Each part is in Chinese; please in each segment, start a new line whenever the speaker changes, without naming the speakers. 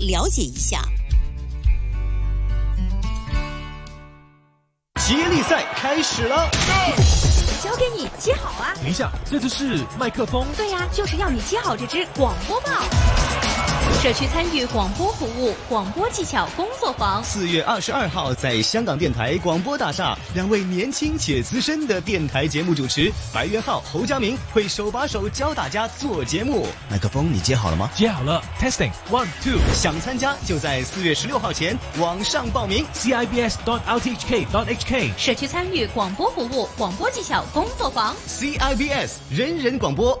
了解一下。
接力赛开始了，
交给你接好啊！
等一下，这就是麦克风。
对呀、就是要你接好这支广播报。社区参与广播服务广播技巧工作坊，
四月二十二号在香港电台广播大厦，两位年轻且资深的电台节目主持白元浩、侯佳明会手把手教大家做节目。麦克风你接好了吗？
接好了，testing one two。
想参加就在四月十六号前网上报名。
cibs.rthk.hk
社区参与广播服务广播技巧工作坊。
CIBS 人人广播，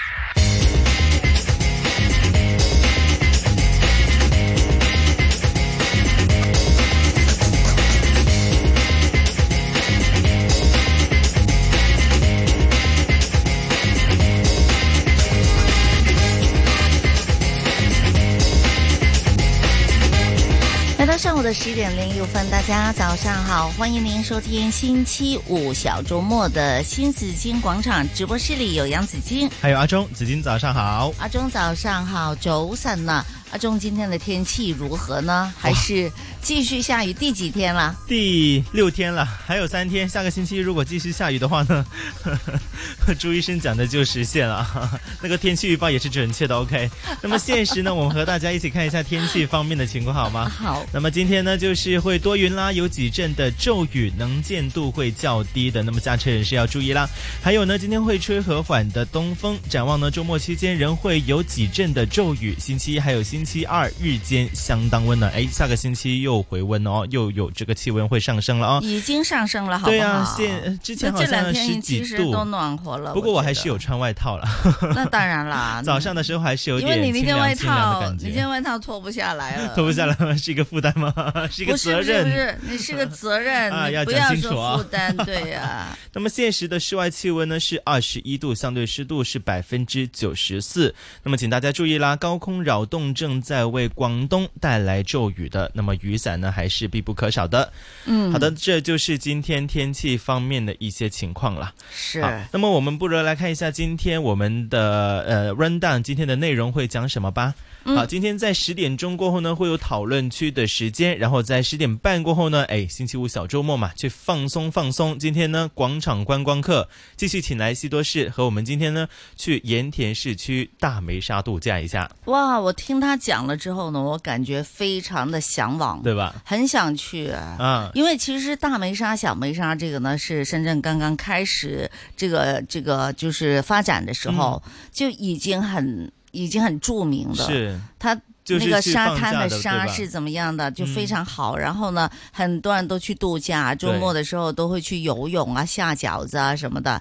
来到上午的十点零六分，大家早上好，欢迎您收听星期五小周末的新紫金广场直播室里有杨紫金，
还有阿忠，紫金早上好。
阿忠早上好，周三呢？阿忠今天的天气如何呢？还是继续下雨？第几天了？
第六天了，还有三天，下个星期如果继续下雨的话呢， 朱医生讲的就实现了， 那个天气预报也是准确的。OK，那么现实呢，我们和大家一起看一下天气方面的情况好吗？
好。
那么今天呢，就是会多云啦，有几阵的骤雨，能见度会较低的，那么驾车人士要注意啦。还有呢，今天会吹和缓的东风，展望呢周末期间仍会有几阵的骤雨，星期一还有星期二日间相当温暖，哎，下
嗯
个星期又回温哦，又有这个气温会上升了哦。
已经上升了，好不好？
对啊现呃之前
那
好
这两
像
天
十
其
几
实
度
都暖和了。
不过我
觉
还
得
是有穿外套了，，
那当然啦
早上的时候还是有
因
点
为你那
清
件
凉
外
清凉的
套，
感
你那
觉
件。外套脱不下 来了，
脱不下来吗？是一个负担吗？ 是一个
不是
责
不是
任。
不是，你是个责 任，
啊
你
要
不
讲
要
清楚
说
啊
负担，对呀、
那么现实的室外气温呢是二十一度，相对湿度是百分之九十四。那么请大家注意啦，高空扰动正在为广东带来骤雨的，那么雨伞呢还是必不可少的。
嗯
好的，这就是今天天气方面的一些情况啦。
是
好，那么我们不如来看一下今天我们的呃 rundown 今天的内容会讲什么吧。
嗯
好，今天在十点钟过后呢，会有讨论区的时间，然后在十点半过后呢，哎，星期五小周末嘛，去放松放松。今天呢，广场观光客继续请来西多士和我们今天呢去盐田市区大梅沙度假一下，
哇，我听他讲了之后呢，我感觉非常的向往，
对吧？
很想去。
啊，
因为其实大梅沙、小梅沙这个呢，是深圳刚刚开始这个这个就是发展的时候，
嗯
就已经很已经很著名的，
是，
它
就是
那个
去
沙
放
滩
假
的
的
沙
对吧
是怎么样的，就非
嗯
常好。然后呢，很多人都去度假，周
对
末的时候都会去游泳啊、下饺子啊什么的。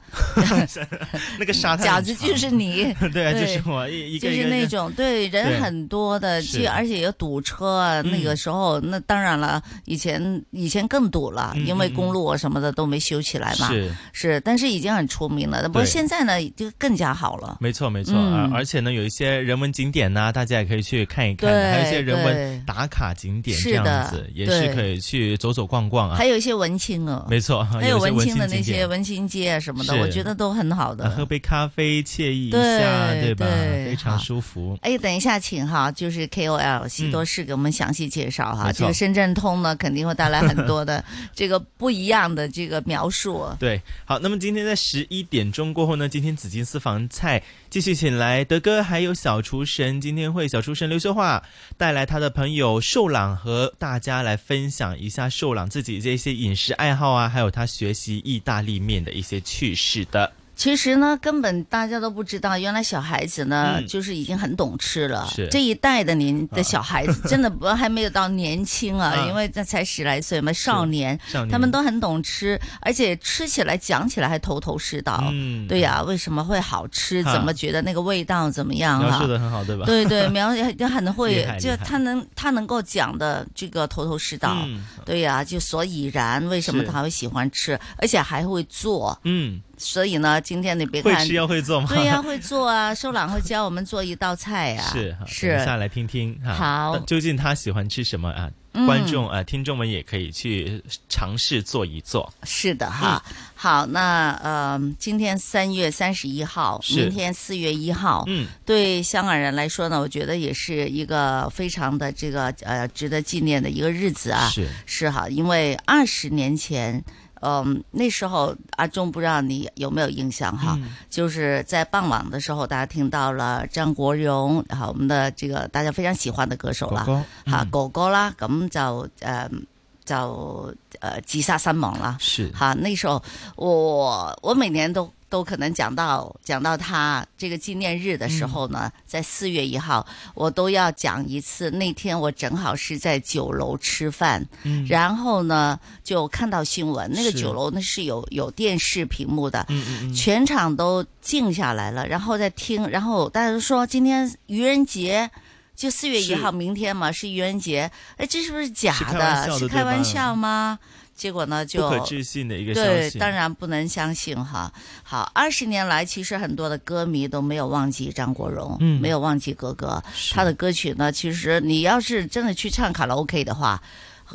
那个沙滩
饺
很
子
长
就是你。
对啊，就是
对
我一一个
就
一
是
个
那
一个
种对人
对
很多的，
是
去而且有堵车啊。那个
嗯
时候，那当然了，以前以前更堵了，
嗯
因为
嗯
公
嗯
路啊什么的都没修起来嘛。
是。
是，但是已经很出名了。不过
对
现在呢，就更加好了。
没错，没错，
嗯
而、而且呢，有一些人文景点呐、大家也可以去看一看，
对
还有一些人
对
文打卡景点
是
这样
的
子，也
对
是可以去走走逛逛啊
还。有一些文青哦，
没错，
还有
一些
文
文
青的那
景
些
点
文青街啊什么的，
是
我觉得都很好
啊喝
的。
杯咖啡惬意一下，
对
对吧？
对
非常
好
舒服。嗯
哎，等一下，请哈，就是 KOL 西多士给我们详细介绍哈。
没
这个
错
深圳通呢，肯定会带来很多的这个不一样的这个描述。啊
对，好，那么今天在十一点钟过后呢，今天紫金私房菜继续请来德哥，还有小厨神，今天会小厨神刘秀华带来他的朋友瘦朗和大家来分享一下瘦朗自己这些饮食爱好啊，还有他学习意大利面的一些趣事的。
其实呢，根本大家都不知道，原来小孩子呢，
嗯
就是已经很懂吃了。
是
这一代的年的小孩子，真的不还没有到年轻啊，
啊
因为这才十来岁嘛，少年，
少年
他们都很懂吃，而且吃起来讲起来还头头是道。
嗯
对呀、为什么会好吃？
哈
怎么觉得那个味道怎么样
描
啊
述？的很好，对吧？
对对，描写就很会
厉害，
就
厉害
他能他能够讲的这个头头是道。
嗯
对呀、就所以然，为什么
是
他会喜欢吃，而且还会做。
嗯，
所以呢，今天你别
会
看
吃要会做吗？
对呀、会做啊，收朗会教我们做一道菜呀、
是哈
啊是
我们下来听听哈。
好
但究竟他喜欢吃什么啊？
嗯
观众啊、呃听众们也可以去尝试做一做。
是的哈。
嗯
好，那呃，今天三月三十一号，
是
明天四月一号，
嗯，
对香港人来说呢，我觉得也是一个非常的这个呃值得纪念的一个日子啊。
是
是哈，因为二十年前。嗯，那时候阿忠不知道你有没有印象哈，
嗯
就是在傍晚的时候，大家听到了张国荣，好，我们的这个大家非常喜欢的歌手啦，
狗狗
吓
嗯
哥哥啦，咁就诶、嗯就呃自杀身亡啦。
是
好，那时候我我每年都都可能讲到讲到他这个纪念日的时候呢，
嗯
在四月一号，我都要讲一次。那天我正好是在酒楼吃饭，
嗯
然后呢就看到新闻，那个
是
酒楼那是有有电视屏幕的，
嗯嗯嗯，
全场都静下来了，然后再听，然后大家都说今天愚人节。就四月一
是
号，明天嘛是愚人节，哎，这是不是假
是开玩
的？
笑的
是
对
开玩
吧
笑吗？结果呢，
不
就
可置信的一个消
对，
息。
当然不能相信哈。好，二十年来，其实很多的歌迷都没有忘记张国荣，
嗯
没有忘记哥哥。
是
他的歌曲呢，其实你要是真的去唱卡拉 OK 的话。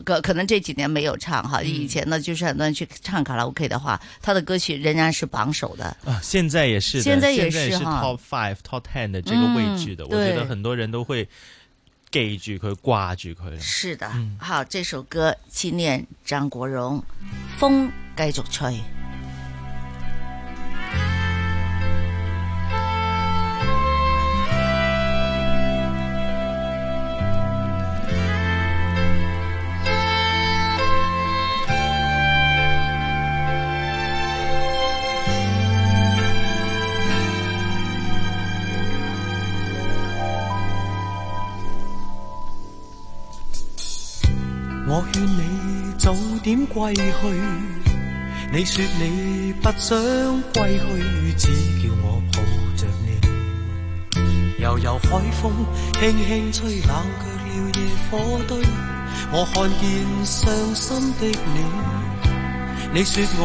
可可能这几年没有唱哈，
嗯
以前呢就是很多人去唱卡拉 OK 的话，他的歌曲仍然是榜首的。
啊，现在也是的，
现
现
在也
也
是哈
top five、top ten 的这个位置的，
嗯
我觉
对
得很多人都会记住佢、挂住佢啦。
是的，
嗯
好，这首歌纪念张国荣，风继续吹。
我劝你早点归去，你说你不想归去，只叫我抱着你。悠悠海风轻轻吹，冷却了夜火堆。我看见伤心的你，你说我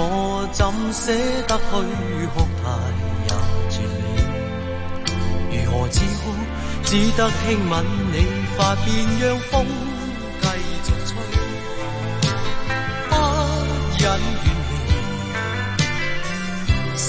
怎舍得去，哭態也絕美。如何止哭？只得輕吻你髮邊，讓風繼續吹，不忍遠離，心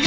一起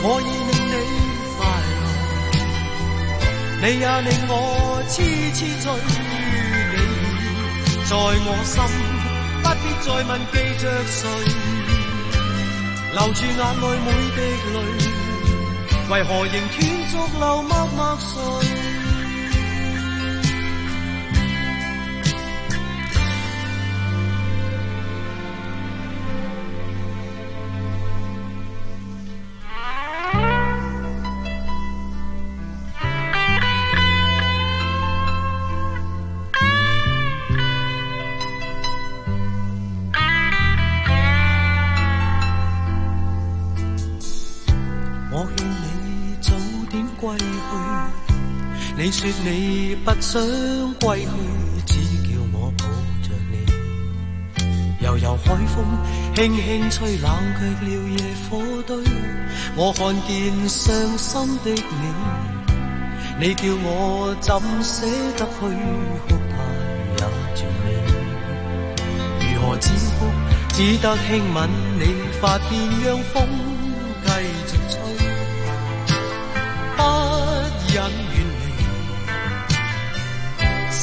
我已令你快樂，你也令我痴痴醉。你已在我心，不必再問記着誰。留住眼內每滴淚，為何仍斷續流默默睡？我勸你早點歸去，你說你不想歸去，只叫我抱着你。悠悠海風輕輕吹，冷卻了夜火堆。我看見傷心的你，你叫我怎捨得去，哭態也絕美。如何止哭，只只得輕吻你髮邊，讓風繼續吹，不忍遠離，心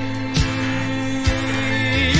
一起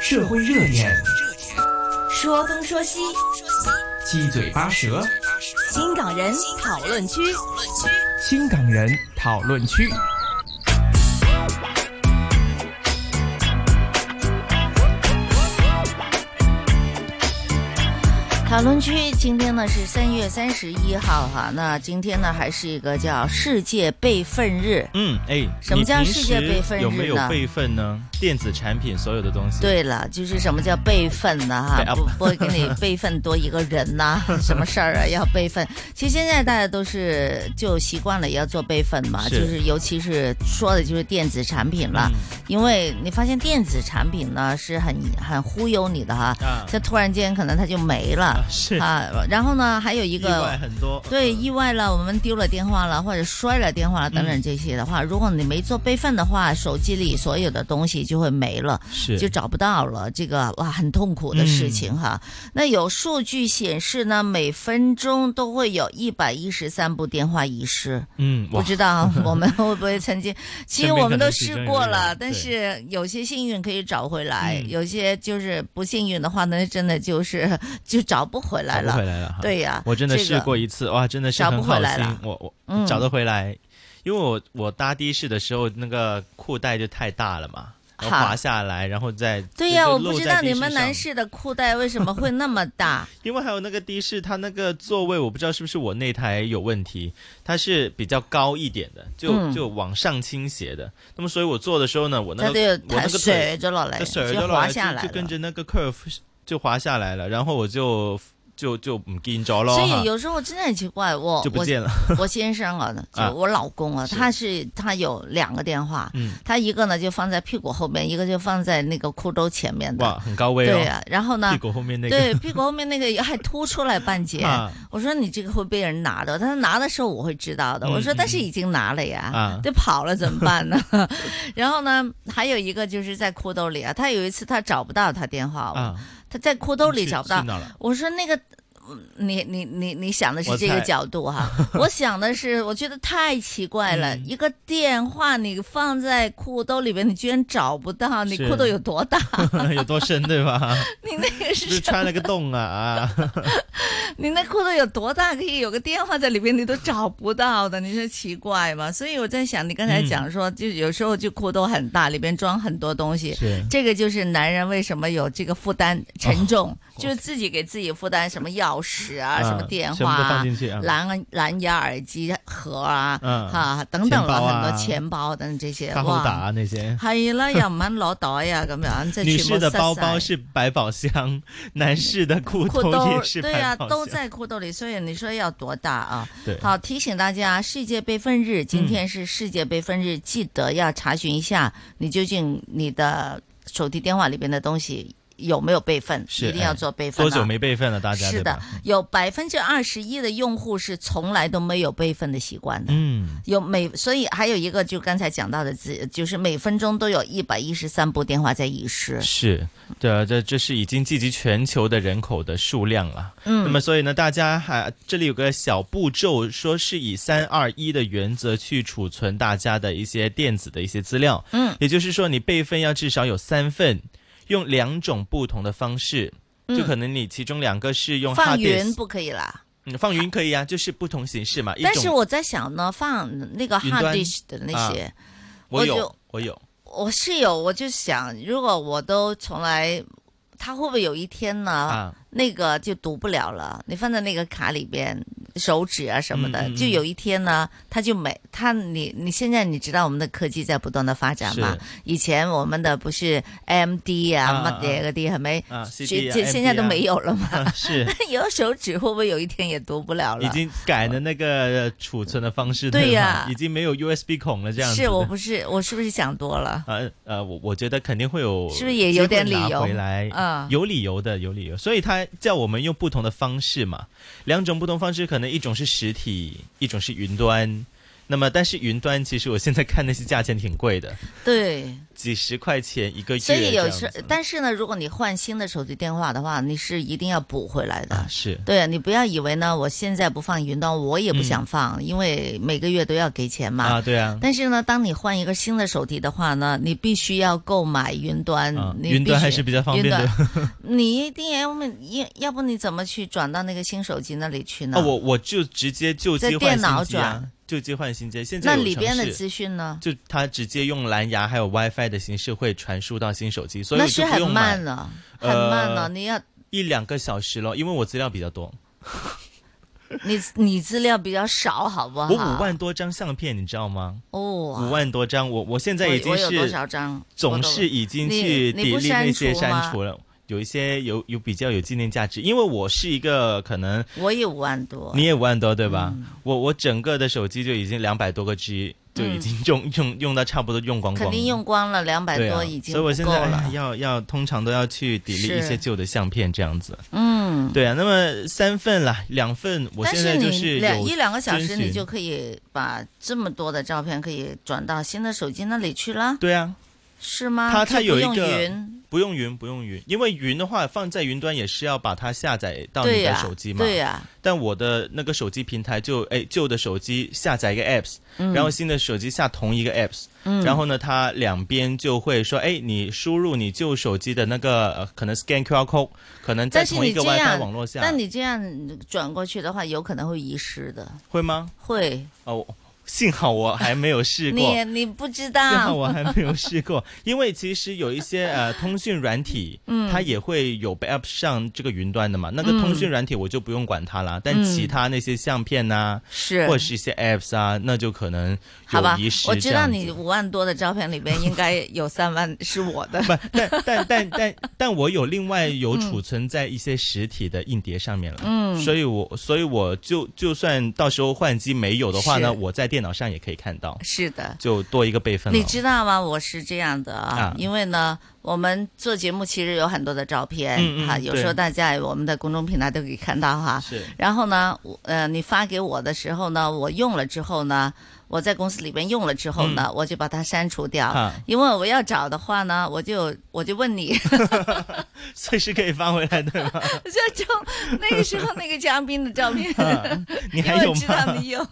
社會熱點，
說東說西。
七嘴八舌，
新港人討論區，
新港人討論區。
討論區今天呢是三月三十一號哈，那今天呢還是一個叫世界備份日。
嗯，哎，
什麼叫世界備份日呢？
有沒有備份呢？電子產品所有的東西。啊
對了，就是什麼叫備份呢？哈，不不會給你備份多一個人 吶、啊，什麼事兒啊要備份？其實現在大家都是就習慣了要做備份嘛，
是
就是尤其是說的就是電子產品了，
嗯
因為你發現電子產品呢是很很忽悠你的哈，
啊
它突然間可能它就沒了。
是
啊，然後呢，還有一
意
個
外很多。嗯
对意外了，我们丢了电话了，或者摔了电话了等等这些的话，如果你没做备份的话，手机里所有的东西就会没了，
是嗯
就找不到了。这个哇，很痛苦的事情哈。那有数据显示呢，每分钟都会有一百一十三部电话遗失。
嗯，
不
哇，
知道啊我们会不 会曾经，其实
身边
我们
可能
都
其中
试
有
过
一
了，
个对
但是有些幸运可以找回来，
嗯
有些就是不幸运的话呢，真的就是就找不回来
找不
了
回。来了哈。
对呀
我真的
这
试
个
过一次，哇，真的是
找不
很
回
好
来
心
了，
我我
嗯
找得回来，因为我我搭的士的时候那个裤带就太大了嘛，然后
哈
滑下来，然后再
对
就
呀、
就
我不
露
知
在
道
的
你们
士
男
上
士的裤带为什么会那么 大。
因为还有那个的士，它那个座位我不知道是不是我那台有问题，它是比较高一点的，就
嗯
就往上倾斜的。那么所以我坐的时候呢，我那
它都
个
有
我那
它
个腿
水咗落嚟，
就水
就
咗落
滑
嚟
下
就
來
就跟
了。
着那个 curve 就滑下来了，然后我就就就唔见咗咯，
所
哈
以有时候真的很奇怪，我
就不
哦我
见 了。
我先生啊，就
啊
我老公啊，
是
他是他有两个电话，
嗯，
他一个呢就放在屁股后面，一个就放在那个裤兜前面
哇，
的，
很高危
对
哦，
呀、然后呢
屁，股后面那
对
个。
屁股后面那个还凸出来半截。
啊
我说你这个会被人拿的，他说拿的时候我会知道的。
嗯
我说
嗯
但是已经拿了
啊
呀，就跑了怎么办 呢？然后呢，还有一个就是在裤兜里啊，他有一次他找不到他电话，
啊，
他在裤兜里
去
找不
去
到。
哪了？
我说那个，嗯你你你你想的
我
是这个
猜
角度 哈、我想的是，我觉得太奇怪了，
嗯
一个电话你放在裤兜里边，你居然找不到，你
是
裤兜有多大？
有多深对吧？
你那个
就是是穿了个洞啊 啊！
你那裤兜有多大，可以有个电话在里边，你都找不到的，你说奇怪吗？所以我在想，你刚才
嗯
讲说，就有时候就裤兜很大，里边装很多东西。
是
这个就是男人为什么有这个负担沉重，就是自己给自己负担，什么钥匙啊，什么电
全
话
部都
啊
放，进去啊？
蓝蓝牙耳机盒啊，
嗯
哈等等
錢包啊
啦，很多錢包等等這些，
卡后 打
哇，
啊那些。
係啦，又唔肯攞袋啊，咁樣即係
女
全部
士的
塞
包包
晒
是百宝箱，男士的裤
褲
头
兜
也，是
對啊，
百
都
宝
都在裤兜里，所以你说要多大啊？
对
好，提醒大家，世界备份日，今天是世界备份日，记得要查询一下，你究竟你的手提电话里边的东西有没有备份，
是
一定要
哎
做备份、啊。
多久没备份了？大家
是
对
的
吧？，嗯
有百分之二十一的用户是从来都没有备份的习惯的。
嗯，
有每所以还有一个就刚才讲到的字，就是每分钟都有一百一十三部电话在遗失。
是，这这这是已经聚集全球的人口的数量了。
嗯
那么所以呢，大家还这里有个小步骤，说是以三二一的原则去储存大家的一些电子的一些资料。
嗯
也就是说，你备份要至少有三份，用两种不同的方式。
嗯
就可能你其中两个是用
放
hard disk
云不可以啦，
嗯，放云可以啊，就是不同形式嘛。一
但
种
是我在想呢，放那个
云
hard
端
disk 的那些
啊，我
我
有
就，
我有，
我是有，我就想，如果我都从来，他会不会有一天呢？
啊
那个就读不了了，你放在那个卡里边，手指啊什么的，
嗯嗯嗯
就有一天呢，它就没它你你现在你知道我们的科技在不断的发展嘛
是？
以前我们的不是 M D 啊
啊
乜嘢嗰啲系咪
啊？CD
就
啊
就
MD
现在都
啊
没有了嘛？
是
有手指会不会有一天也读不了了？
已经改了那个呃储存的方式，
对呀
吧已经没有 USB 孔了，这样子
是
的
我不是我是不是想多了？
呃呃，我我觉得肯定会有，
是不是也有点理由
回来，
嗯
有理由的，有理由。所以他叫我们用不同的方式嘛，两种不同方式，可能一种是实体，一种是云端。那么，但是云端其实我现在看那些价钱挺贵的，
对，
几十块钱一个月这
所
样子，
以有时，但是呢，如果你换新的手机电话的话，你是一定要补回来的。
啊是
对你不要以为呢，我现在不放云端，我也不想
嗯
放，因为每个月都要给钱嘛。
啊，对啊，
但是呢，当你换一个新的手机的话呢，你必须要购买云端，
啊
你
云端
必须
还是比较方便
云端
的。
你一定要么要要不你怎么去转到那个新手机那里去呢？
啊，我我就直接就
在
机
电
换
脑
新机啊
转，
就机换新机。现在
那
有
里
城
边的
市
资讯呢？
就它直接用蓝牙还有 WiFi 的形式会传输到新手机，所以
那
我就是不
很
用买
慢了，很
呃
慢了。你要
一两个小时了，因为我资料比较多，
你你资料比较少，好不好？
我五万多张相片，你知道吗？
哦啊，
五万多张，我我现在
我
已经
我有多
是
少张我
总
都
是已经
你
去
你不
delete 那些
删除吗
删除了，有一些有有比较有纪念价值，因为我是一个可能
我也五万多，
你也五万多对吧？
嗯
我我整个的手机就已经两百多个 G，就已经用、用用到差不多用光光
嗯肯
了，
定用光了两百
对
多，
啊
已经
所以我
不
现
够
在哎呀
了。
要要通常都要去 delete
是
一些旧的相片这样子。
嗯，
对啊，那么三份啦，两份，我
但
现在
你
就是
两
有
一两个小时，
遵
你
循
就可以把这么多的照片可以转到新的手机那里去了，
对啊，
是吗？
它它
就不
有一
用
个
云，
不用云不用云，因为云的话放在云端也是要把它下载到
对
你
呀
的手机嘛。
对呀，
但我的那个手机平台就哎旧的手机下载一个 apps，、
嗯
然后新的手机下同一个 apps，、
嗯
然后呢它两边就会说哎你输入你旧手机的那个、呃可能 scan QR code，可能在
但是
同一
你
个
这
WiFi
样
网络下，
但你这样转过去的话，有可能会遗失的，
会吗？
会。
哦，幸好我还没有试过。
你你不知
幸好
道，
我还没有试过， 因为其实有一些呃通讯软体，
嗯
它也会有 backup 上这个云端的嘛。那个
嗯
通讯软体我就不用管它啦，但
嗯
其他那些相片呐、
是
或者是一些 apps 啊，那就可能
好吧
有遗？失。
我知道你。五万多的照片里边应该有三 万是我的。
不，但但但但但我有另外有储存在一些实体的硬碟上面了，
嗯
所以我所以我就就算到时候换机没有的话呢，
是
我在电脑上也可以看到，
是的，
就多一个备份了。
你知道吗？我是这样的啊
啊，
因为呢，我们做节目其实有很多的照片
嗯嗯
哈，有时候
对
大家我们的公众平台都可以看到哈。
是
然后呢，我呃，你发给我的时候呢，我用了之后呢，我在公司里边用了之后呢，我就把它删除掉，
嗯啊
因为我要找的话呢，我就我就问你，
所以是可以翻回来的吗？
就就那个时候那个嘉宾的照片，
啊你
因
还
为
有
我知道
吗？
你有，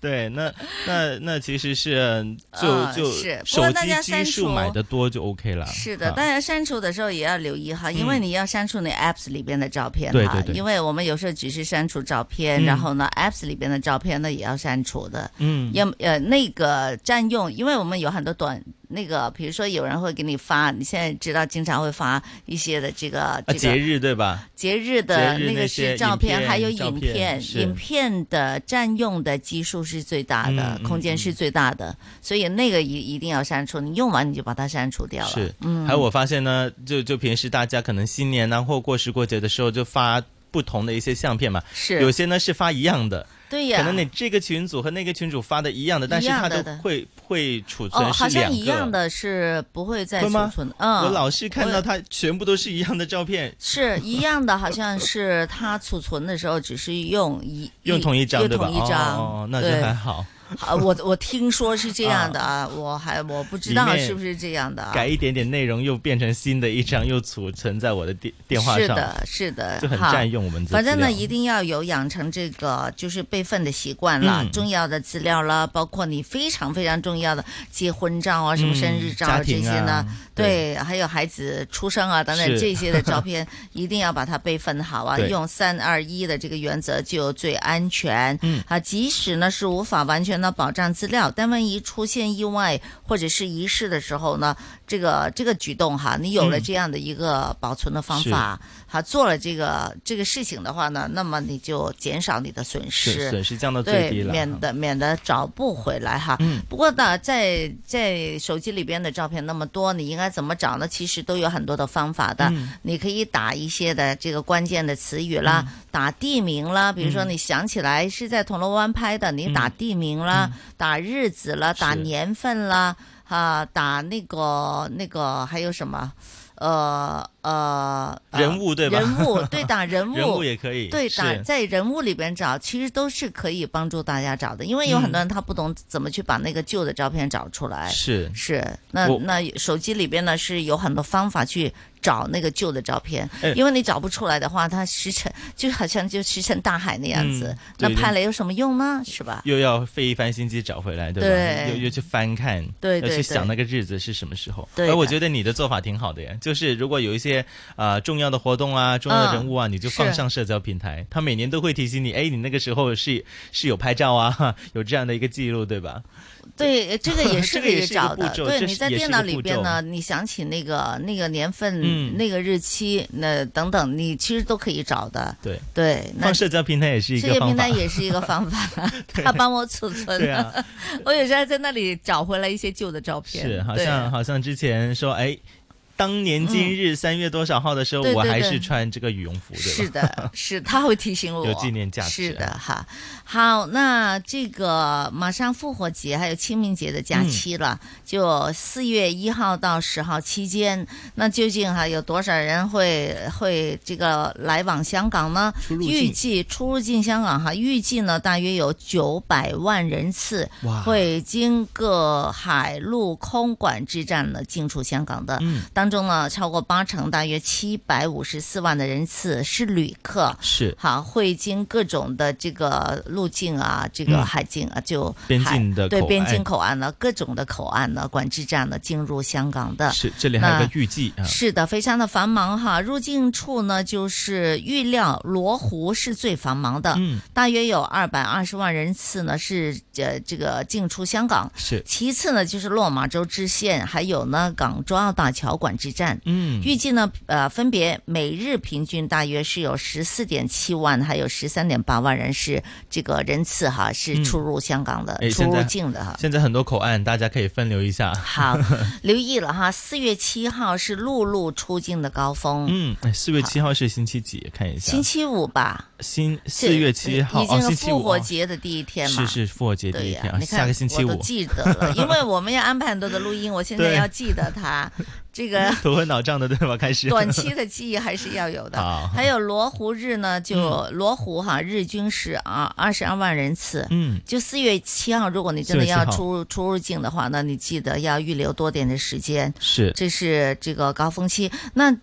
对，那那那其实是就、
呃
就是
不
手
过大家
机
删
基
除
数买的多就 OK 了。
是的，
啊
大家删除的时候也要留意哈，因为
嗯
你要删除你 Apps 里边的照片哈，
对对对
因为我们有时候只是删除照片，
嗯
然后呢，Apps 里边的照片呢也要删除的，
嗯
要呃那个占用，因为我们有很多短那个，比如说有人会给你发，你现在知道经常会发一些的这个
啊
这
节
个。
日对吧？
节日的
节日
那个
那
是
些
照
影片
还有
照
影
片
片，
是
影片的占用的基数是最大的
嗯，嗯
空间是最大的，所以那个一一定要删除。你用完你就把它删除掉了。
是，
嗯
还有我发现呢，就就平时大家可能新年啊或过时过节的时候就发不同的一些相片嘛，
是
有些呢是发一样的，
对呀
可能你这个群组和那个群组发的一样的，但是它
一样
都
的的
会会储
哦，
存是
好像
两
一样
个，
的是不会再
会
储
吗
存。？嗯，
我老是看
我
到它全部都是一样的照片，
是一样的，好像是它储存的时候只是用一
用同一张
用
对吧？
同一张，
哦，那就
对
还好，
啊，我我听说是这样 的啊，我还我不知
里
道
面
是不是这样的啊。
改一点点内容又变成新的一张，又储存在我的电电话上，
是的，是的，
就很
哈
占用我们啊的
反正呢，
资料
一定要有养成这个就是备份的习惯了，
嗯
重要的资料啦，包括你非常非常重要的结婚照啊、什么
嗯
生日照
家
这
庭
些呢
啊，
对，还有孩子出生啊等等
是
这些的 照片，一定要把它备份好啊，
对
用三二一的这个原则就最安全。
嗯
啊，即使呢是无法完全的保障资料，但万一出现意外或者是遗失的时候呢，这个这个举动哈，你有了
嗯
这样的一个保存的方
是
法，好做了这个这个事情的话呢，那么你就减少你的损
损
失
损。失降到最
对
低，了，
免得免得找不回来哈。
嗯
不过呢，在在手机里边的照片那么多，你应该怎么找呢？其实都有很多的方法的。
嗯
你可以打一些的这个关键的词语啦，打地名啦，比如
嗯
说你想起来是在铜锣湾拍的，你打地名啦，打日子啦，打
嗯是
年份啦，啊，打那个那个还有什么？呃呃，呃
人物对吧
人 物对，打人物，
人物也可以，
对，打
是
在人物里边找，其实都是可以帮助大家找的，因为有很
嗯
多人他不懂怎么去把那个旧的照片找出来。
是
是，那
我
那手机里边呢是有很多方法去找那个旧的照片，
哎
因为你找不出来的话，它石沉就好像就石沉大海那样子，
嗯
那
对
拍了有什么用呢？是吧？
又要费一番心机找回来，对吧？
对
又又去翻看，
对对
要
对
去想那个日子是什么时候。哎
对的
而我觉得你的做法挺好的呀，就是如果有一些呃重要的活动啊、重要的人物啊，你就放
嗯是
上社交平台，他每年都会提醒你，哎，你那个时候是是有拍照啊， 有这样的一个记录，对吧？
对，呃这个 也是
这
可
个也
以
是一个
找的。
步骤
对，
这
你
是
在
也是
电
一
脑
个
里
步
边
骤
呢，你想起那个那个年份、
嗯
那个日期、那等等，你其实都可以找的。
对，
对，那
放社交平台也是一
这
个
些
方
平
法
台。也是一个方 法，他帮我储存。
对啊，
我有时候还在那里找回来一些旧的照片。
是，好
对嗯
像好像之前说，哎，当年今日三月多少号的时候，
对对
我还
对
是穿这个羽绒服，对吧？
是的，是他会提醒 我
有纪念价值
是的，哈，好，那这个马上复活节还有清明节的假期了，
嗯
就四月一号到十号期间，那究竟哈有多少人会会这个来往香港呢？
出入境
预计出入境香港哈，预计呢大约有九百万人次
哇
会经各海陆空管制站呢进出香港的。
嗯
当中呢，超过八成，大约七百五十四万的人次是旅客，
是
好，会经各种的这个路径啊，这个
嗯
海境啊，就
边
海
境的
对
口
边
岸
境口岸呢，各种的口岸呢，管制站呢，进入香港的。
是，这里还有
那
个预计啊，
是的，非常的繁忙哈。入境处呢，就是预料罗湖是最繁忙的，
嗯，
大约有二百二十万人次呢是呃这个进出香港。
是，
其次呢，就是落马洲支线，还有呢港珠澳大桥管制站。
嗯，
预计呢，呃，分别每日平均大约是有十四点七万，还有十三点八万人是这个人次哈，是
嗯
出入香港的、
哎
出
现
入
在
境的哈。
现在很多口岸大家可以分流一下，
好，留意了哈，四月七号是陆路出境的高 峰，
嗯，四月七号是星期几？看一下，
星期五吧，
星
是
四月七号
已
哦，
经
星
是
期
复
五
活
哦
节的第一天嘛。
是是复活节第
对
一
呀、
天啊，
你看
下个星期
我
五
都，记得了， 因为我们要安排很多的录音，我现在
对
要记得它。这个
头昏脑 胀的对吧？开始，
短期的记忆还是要有的。
好
还有罗湖日呢，就罗湖哈，日均是啊二十二万人次。
嗯，
就四月七号，如果你真的要
4月7号
出入出入境的话，那你记得要预留多点的时间，
是
这是这个高峰期。那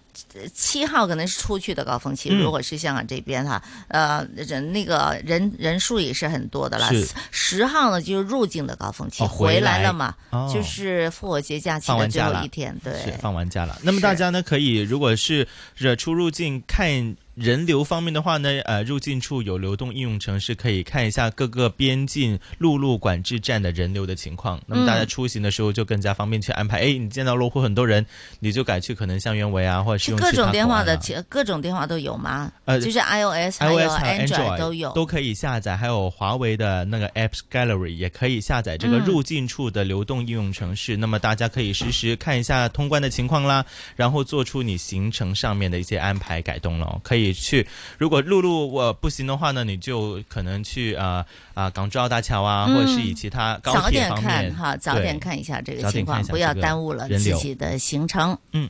七号可能是出去的高峰期，
嗯
如果是香港这边哈，呃，人那个人人数也是很多的啦
是。
十号呢就是入境的高峰期，
哦
回
回来
来了嘛，
哦
就是复活节假期
放
的
完
最
假
后
了
一天，对，
是放完假了。那么
是
大家呢，可以如果是呃出入境看人流方面的话呢，呃，入境处有流动应用程式，可以看一下各个边境陆路管制站的人流的情况。那么大家出行的时候就更加方便去安排。哎、你见到罗湖很多人，你就改去可能香园围啊，或者是
是
用
各
其他
种电话
口岸
的
啊，
各种电话都有吗？
呃
就是 iOS 还有
iOS 还有
Android 都有。
都可以下载，还有华为的那个 Apps Gallery 也可以下载这个
嗯
入境处的流动应用程式。那么大家可以实时看一下通关的情况啦，然后做出你行程上面的一些安排改动了哦，可以以去。如果陆路我、呃不行的话呢，你就可能去啊啊港珠澳大桥啊，或者是以其他高
嗯早
铁
点
方面
看哈，早点
对
看一下这个
早
情
点看
况
一，下
不
这
要
个
耽误了
人
自
流
己的行程。
嗯。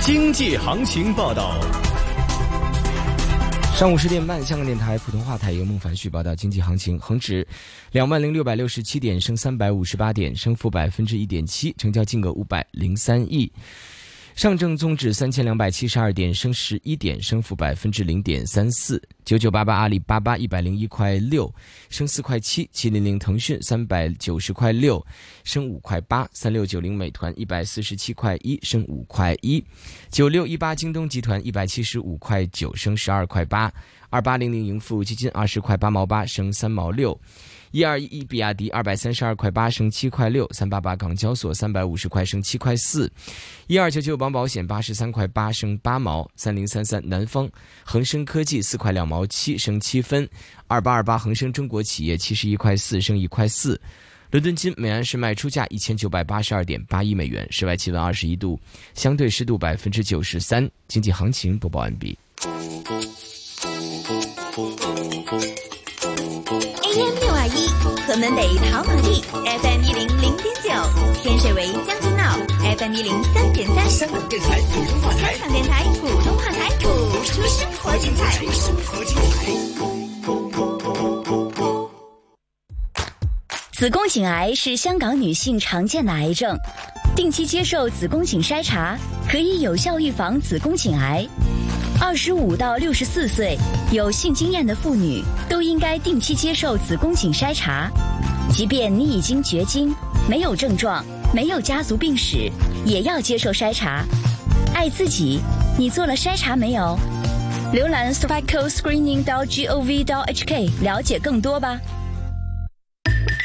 经济行情报道。
上午十点半，香港电台普通话台由孟凡旭报道经济行情。恒指两万零六百六十七点，升三百五十八点，升幅百分之一点七，成交金额五百零三亿。上证综指三千两百七十二点，升十一点，升幅百分之零点三四。九九八八阿里巴巴一百零一块六，升四块七；七零零腾讯三百九十块六，升五块八；三六九零美团一百四十七块一，升五块一；九六一八京东集团一百七十五块九，升十二块八；二八零零盈富基金二十块八毛八，升三毛六。一二一比亚迪二百三十二块八升七块六，三八八港交所三百五十块升七块四，一二九九王保险八十三块八升八毛，三零三三南方恒生科技四块两毛七升七分，二八二八恒生中国企业七十一块四升一块四。伦敦金每安士卖出价一千九百八十二点八一美元，室外气温二十一度，相对湿度百分之九十三。经济行情播报完毕。
AM 六二一，河门北跑马地；FM 一零零点九，天水围将军澳；FM 一零三点三。香港电台普通话台，香港电台普通话台，谱出生活精彩。生活精彩。
子宫颈癌是香港女性常见的癌症，定期接受子宫颈筛查可以有效预防子宫颈癌。二十五到六十四岁有性经验的妇女都应该定期接受子宫颈筛查，即便你已经绝经、没有症状、没有家族病史，也要接受筛查。爱自己，你做了筛查没有？浏览 s p i c o screening gov hk 了解更多吧。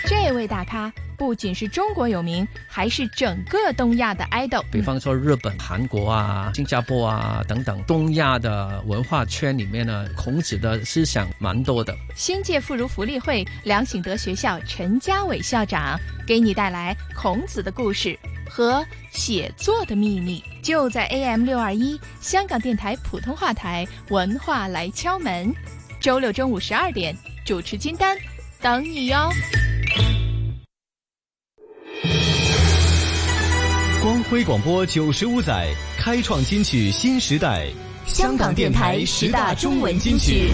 这位大咖不仅是中国有名，还是整个东亚的 idol。
比方说日本、韩国啊、新加坡啊等等东亚的文化圈里面呢，孔子的思想蛮多的。
新界妇孺福利会良省德学校陈家伟校长给你带来孔子的故事和写作的秘密，就在 AM 六二一香港电台普通话台文化来敲门，周六中午十二点，主持金丹等你哟。
光辉广播九十五载，开创金曲新时代。
香港电台十大中文金曲。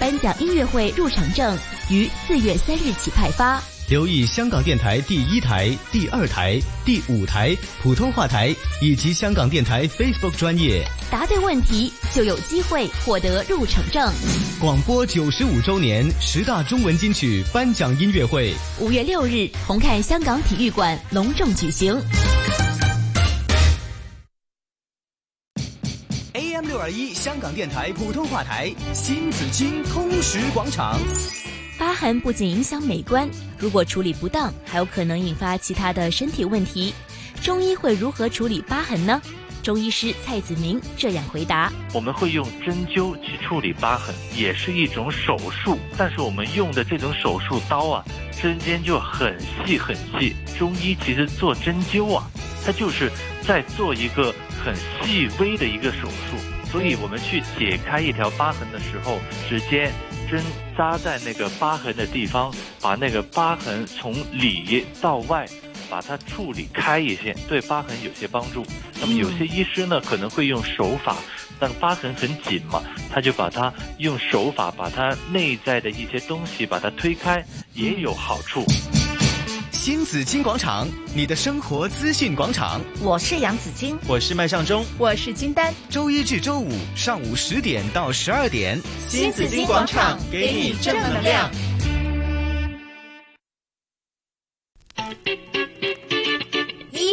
颁奖音乐会入场证于四月三日起派发。
留意香港电台第一台、第二台、第五台普通话台以及香港电台 Facebook 专业。
答对问题就有机会获得入场证。
广播九十五周年十大中文金曲颁奖音乐会，
五月六日，红磡香港体育馆隆重举行。
AM 六二一香港电台普通话台新紫金通识广场。
疤痕不仅影响美观，如果处理不当，还有可能引发其他的身体问题。中医会如何处理疤痕呢？中医师蔡子明这样回答：
我们会用针灸去处理疤痕，也是一种手术，但是我们用的这种手术刀啊，针尖就很细很细。中医其实做针灸啊，它就是在做一个很细微的一个手术，所以我们去解开一条疤痕的时候，直接针扎在那个疤痕的地方，把那个疤痕从里到外。把它处理开一些，对疤痕有些帮助。那么有些医师呢，可能会用手法，那个疤痕很紧嘛，他就把它用手法把它内在的一些东西把它推开，也有好处。
新紫金广场，你的生活资讯广场。
我是杨子晶，
我是麦尚中，
我是金丹。
周一至周五上午十点到十二点，
新紫金广场给你正能量。
衣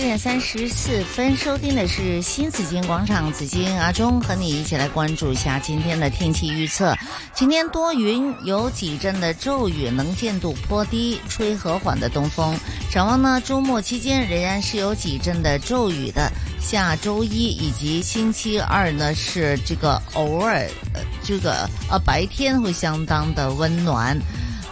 点三十四分，收听的是新紫金广场，紫金阿忠和你一起来关注一下今天的天气预测。今天多云，有几阵的骤雨，能见度颇低，吹和缓的东风。展望呢，周末期间仍然是有几阵的骤雨的。下周一以及星期二呢，是这个偶尔，呃，这个呃白天会相当的温暖。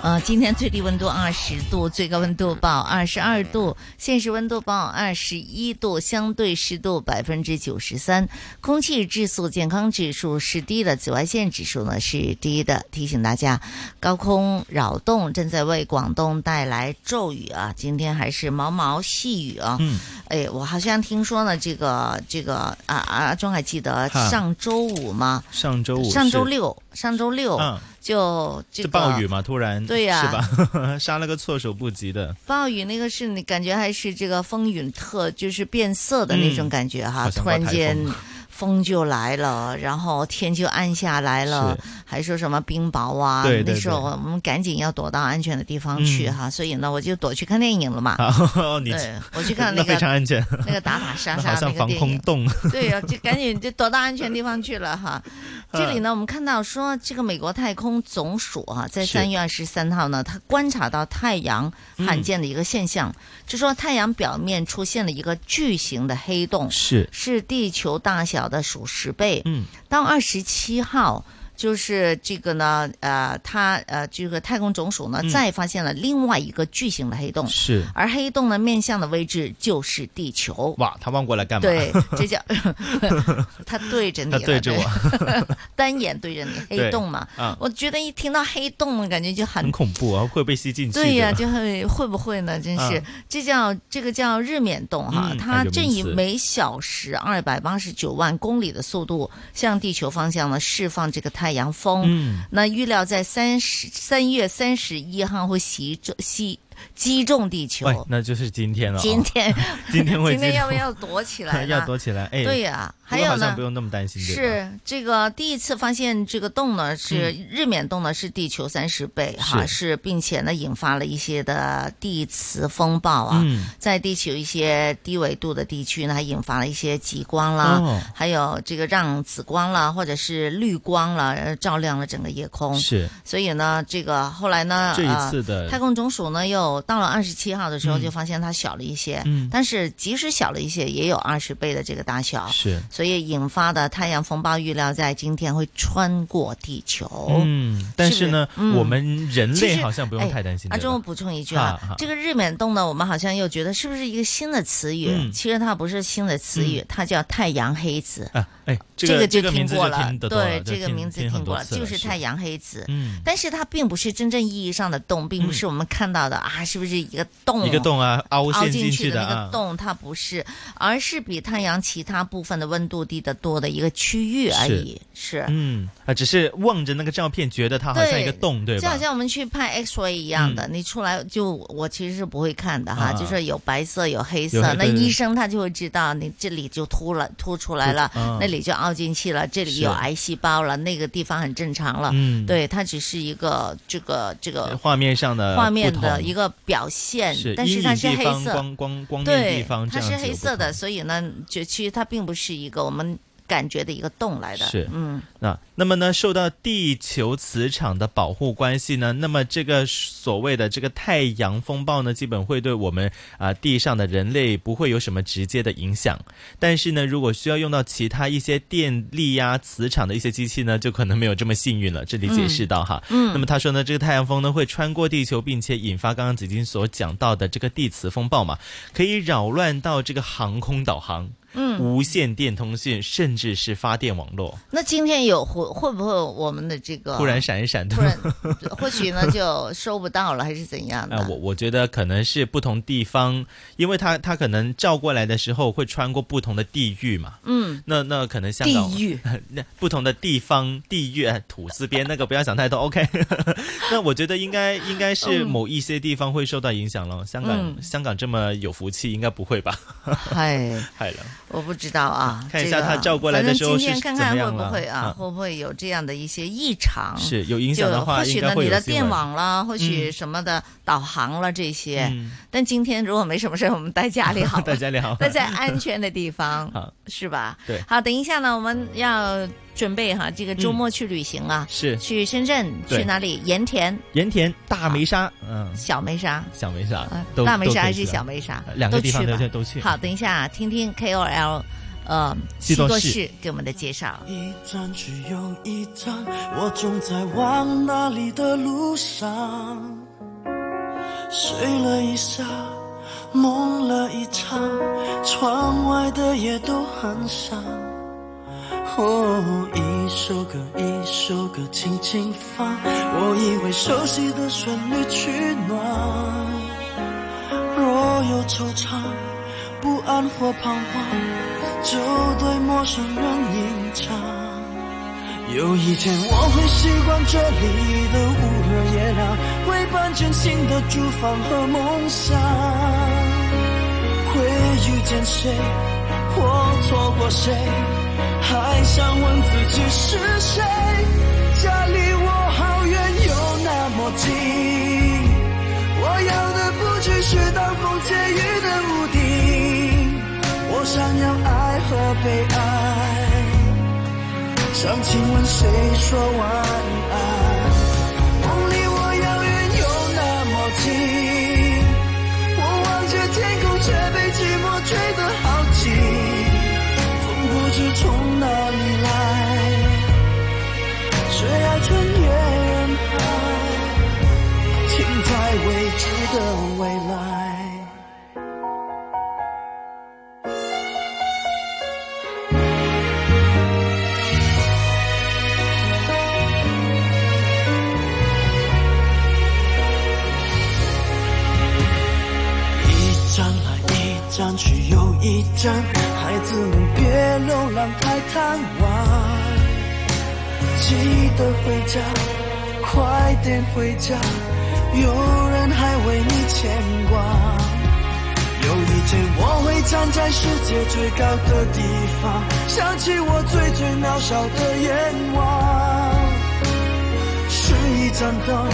呃，今天最低温度二十度，最高温度报二十二度，现实温度报二十一度，相对湿度百分之九十三，空气质素健康指数是低的，紫外线指数呢是低的。提醒大家，高空扰动正在为广东带来骤雨啊，今天还是毛毛细雨啊。
嗯。
哎，我好像听说呢，这个这个啊啊，庄还记得
哈
上周五吗？
上周五是，
上周六，上周六、
嗯
就这
这
个
暴雨嘛，突然
对呀
是吧？ 杀了个措手不及的，
暴雨那个是你感觉还是这个风云特就是变色的那种感觉哈，
嗯好像
突
刮
然
台
间
风
风就来了，然后天就暗下来了，还说什么冰雹啊？
对对
那时候
对
我们赶紧要躲到安全的地方去
嗯
哈，所以呢，我就躲去看电影了嘛。
好， 你
对我去看
那
个
非常安全，
那个打打杀
那
杀
好像
那个
防
电
空
影。
洞，
对呀、就赶紧就躲到安全地方去 了哈。这
嗯
里呢，我们看到说，这个美国太空总署啊，在
是
三月二十三号呢，他观察到太阳
嗯
罕见的一个现象，就说太阳表面出现了一个巨型的黑洞，
是
是地球大小的数十倍。
嗯，
到二十七号。就是这个呢，呃，它呃，这个太空总署呢，
嗯
再发现了另外一个巨型的黑洞，
是
而黑洞呢，面向的位置就是地球。
哇， 他望过来干嘛？
对，这叫 他对着你
他
了，
对着
我， 单眼对着你，黑
对
洞嘛。
啊
我觉得一听到黑洞，感觉就很
很恐怖啊，会被吸进去的。
对呀、就会会不会呢？真是，
嗯
这叫这个叫日冕洞哈，
嗯
它
有名
正以
词
每小时二百八十九万公里的速度向地球方向呢释放这个太阳风。
嗯
那预料在三十三月三十一号会袭中袭击中地 球。
喂，那就是今天了哦。
今天
今天会
今天
进
要不
入
要躲起来 呢？
要躲起来，哎，
对呀
不过
还有
好像
呢
不用那么担心，对吧
是这个第一次发现这个洞呢，是
嗯
日冕洞呢是地球三十倍哈，
是
是并且呢引发了一些的地磁风暴啊，
嗯
在地球一些低纬度的地区呢，还引发了一些极光啦，
哦
还有这个让紫光啦或者是绿光啦，呃照亮了整个夜空。
是，
所以呢，这个后来呢，
这一
呃
次的
太空总署呢，又到了二十七号的时候，
嗯
就发现它小了一些，
嗯
但是即使小了一些，也有二十倍的这个大小。
是
所以引发的太阳风暴预料在今天会穿过地球。
嗯，但
是
是
不
呢，
嗯
我们人
其
类
实
好像不用
哎
太担心。
阿
对吧
忠，我补充一句啊
哈哈，
这个日冕洞呢，我们好像又觉得是不是一个新的词语？
嗯
其实它不是新的词语，它叫太阳黑子。
啊，哎，
这
个
就
这个
听
名字
过
就
了，
听得多
对
了，
这个名字听过
了，
就是太。阳黑子。
嗯，
但是它并不是真正意义上的洞，并不是我们看到的、啊，是不是一个洞？
一个洞啊凹陷
进
进去
的
的
那
啊
个洞，它不是，而是比太阳其他部分的温度低得多的一个区域而已。是，
嗯啊，只是望着那个照片，觉得它好像一个洞，对
就
吧嗯
好？像我们去拍 X-ray 一样的，你出来就我其实是不会看的哈，
啊
就是有白色有黑
有
色，
黑
那
对对
医生他就会知道你这里就凸了凸出来了
凸，啊
那里就凹进去了，这里有
是
癌细胞了，那个地方很正常了，
嗯
对，它只是一个这个这个
画面上的
画面
呃不
的
同
一个表现，
是
但是
阴
它
影
是
地
黑
方
色，
光光光面
对
地方，
它
这
是
样子
黑
有不
色的，所以呢，就其实它并不是一个我们感觉的一个洞来的，
是
嗯。
那啊那么呢，受到地球磁场的保护关系呢，那么这个所谓的这个太阳风暴呢，基本会对我们啊、地上的人类不会有什么直接的影响。但是呢，如果需要用到其他一些电力呀、磁场的一些机器呢，就可能没有这么幸运了。这里解释到哈，
嗯嗯
那么他说呢，这个太阳风呢会穿过地球，并且引发刚刚紫金所讲到的这个地磁风暴嘛，可以扰乱到这个航空导航。
嗯
无线电通讯，甚至是发电网络。
那今天有会会不会我们的这个
突然闪一闪的。
突然或许呢就收不到了，还是怎样的？
啊，我我觉得可能是不同地方，因为它它可能照过来的时候会穿过不同的地域嘛。
嗯，
那那可能香港
地域，
那不同的地方地域哎土字边那个不要想太多。OK，那 我觉得应该应该是
嗯
某一些地方会受到影响咯。香港、
嗯
香港这么有福气，应该不会吧？
系
系啦，
我不知道啊，
啊 看一下
这个
他照过来的时候
反
是
正今天看
怎
看
么样
会不
了
会啊
啊，
会不会有这样的一些异常？
是有影响的话
就或许
应
呢
该，会
你
有
的
新
电
闻
网啦，或许
嗯
什么的导航了这些
嗯。
但今天如果没什么事儿，我们待家 里好了，
待家里好
待在安全的地方
好，
是吧？
对
好，等一下呢，我们要准备哈，这个周末去旅行啊，
是
去深圳，
对
去哪里？盐田、
盐田大梅沙，嗯，
小梅沙。
小梅沙
啊，
都
大梅
都
沙
可
还
以
是
去
小
啊
梅沙
呃？两个地方
都
都
去
去
吧
都去。
好，等一下啊听听 KOL，呃，
西多
多
士
士给我们的介绍。
一站只有一站，我总在往那里的路上。睡了一下，梦了一场，窗外的夜都很傻。哦，一首歌一首歌轻轻放，我以为熟悉的旋律取暖。若有惆怅，不安或彷徨。就对陌生人吟唱。有一天我会习惯这里的乌热夜凉，会搬进新的住房和梦想。会遇见谁，或错过谁，还想问自己是谁？家离我好远又那么近，我要的不只是当风借雨的屋顶。我想要爱和被爱，想请问谁说晚安？梦离我遥远又那么近，我望着天空却被寂寞追得好紧，风不知从哪里来，只要穿越人海，停在未知的未来。一站来一站去又一站，孩子们别流浪太贪玩，记得回家，快点回家，有人还为你牵挂。有一天我会站在世界最高的地方，想起我最最渺小的愿望，是一盏灯，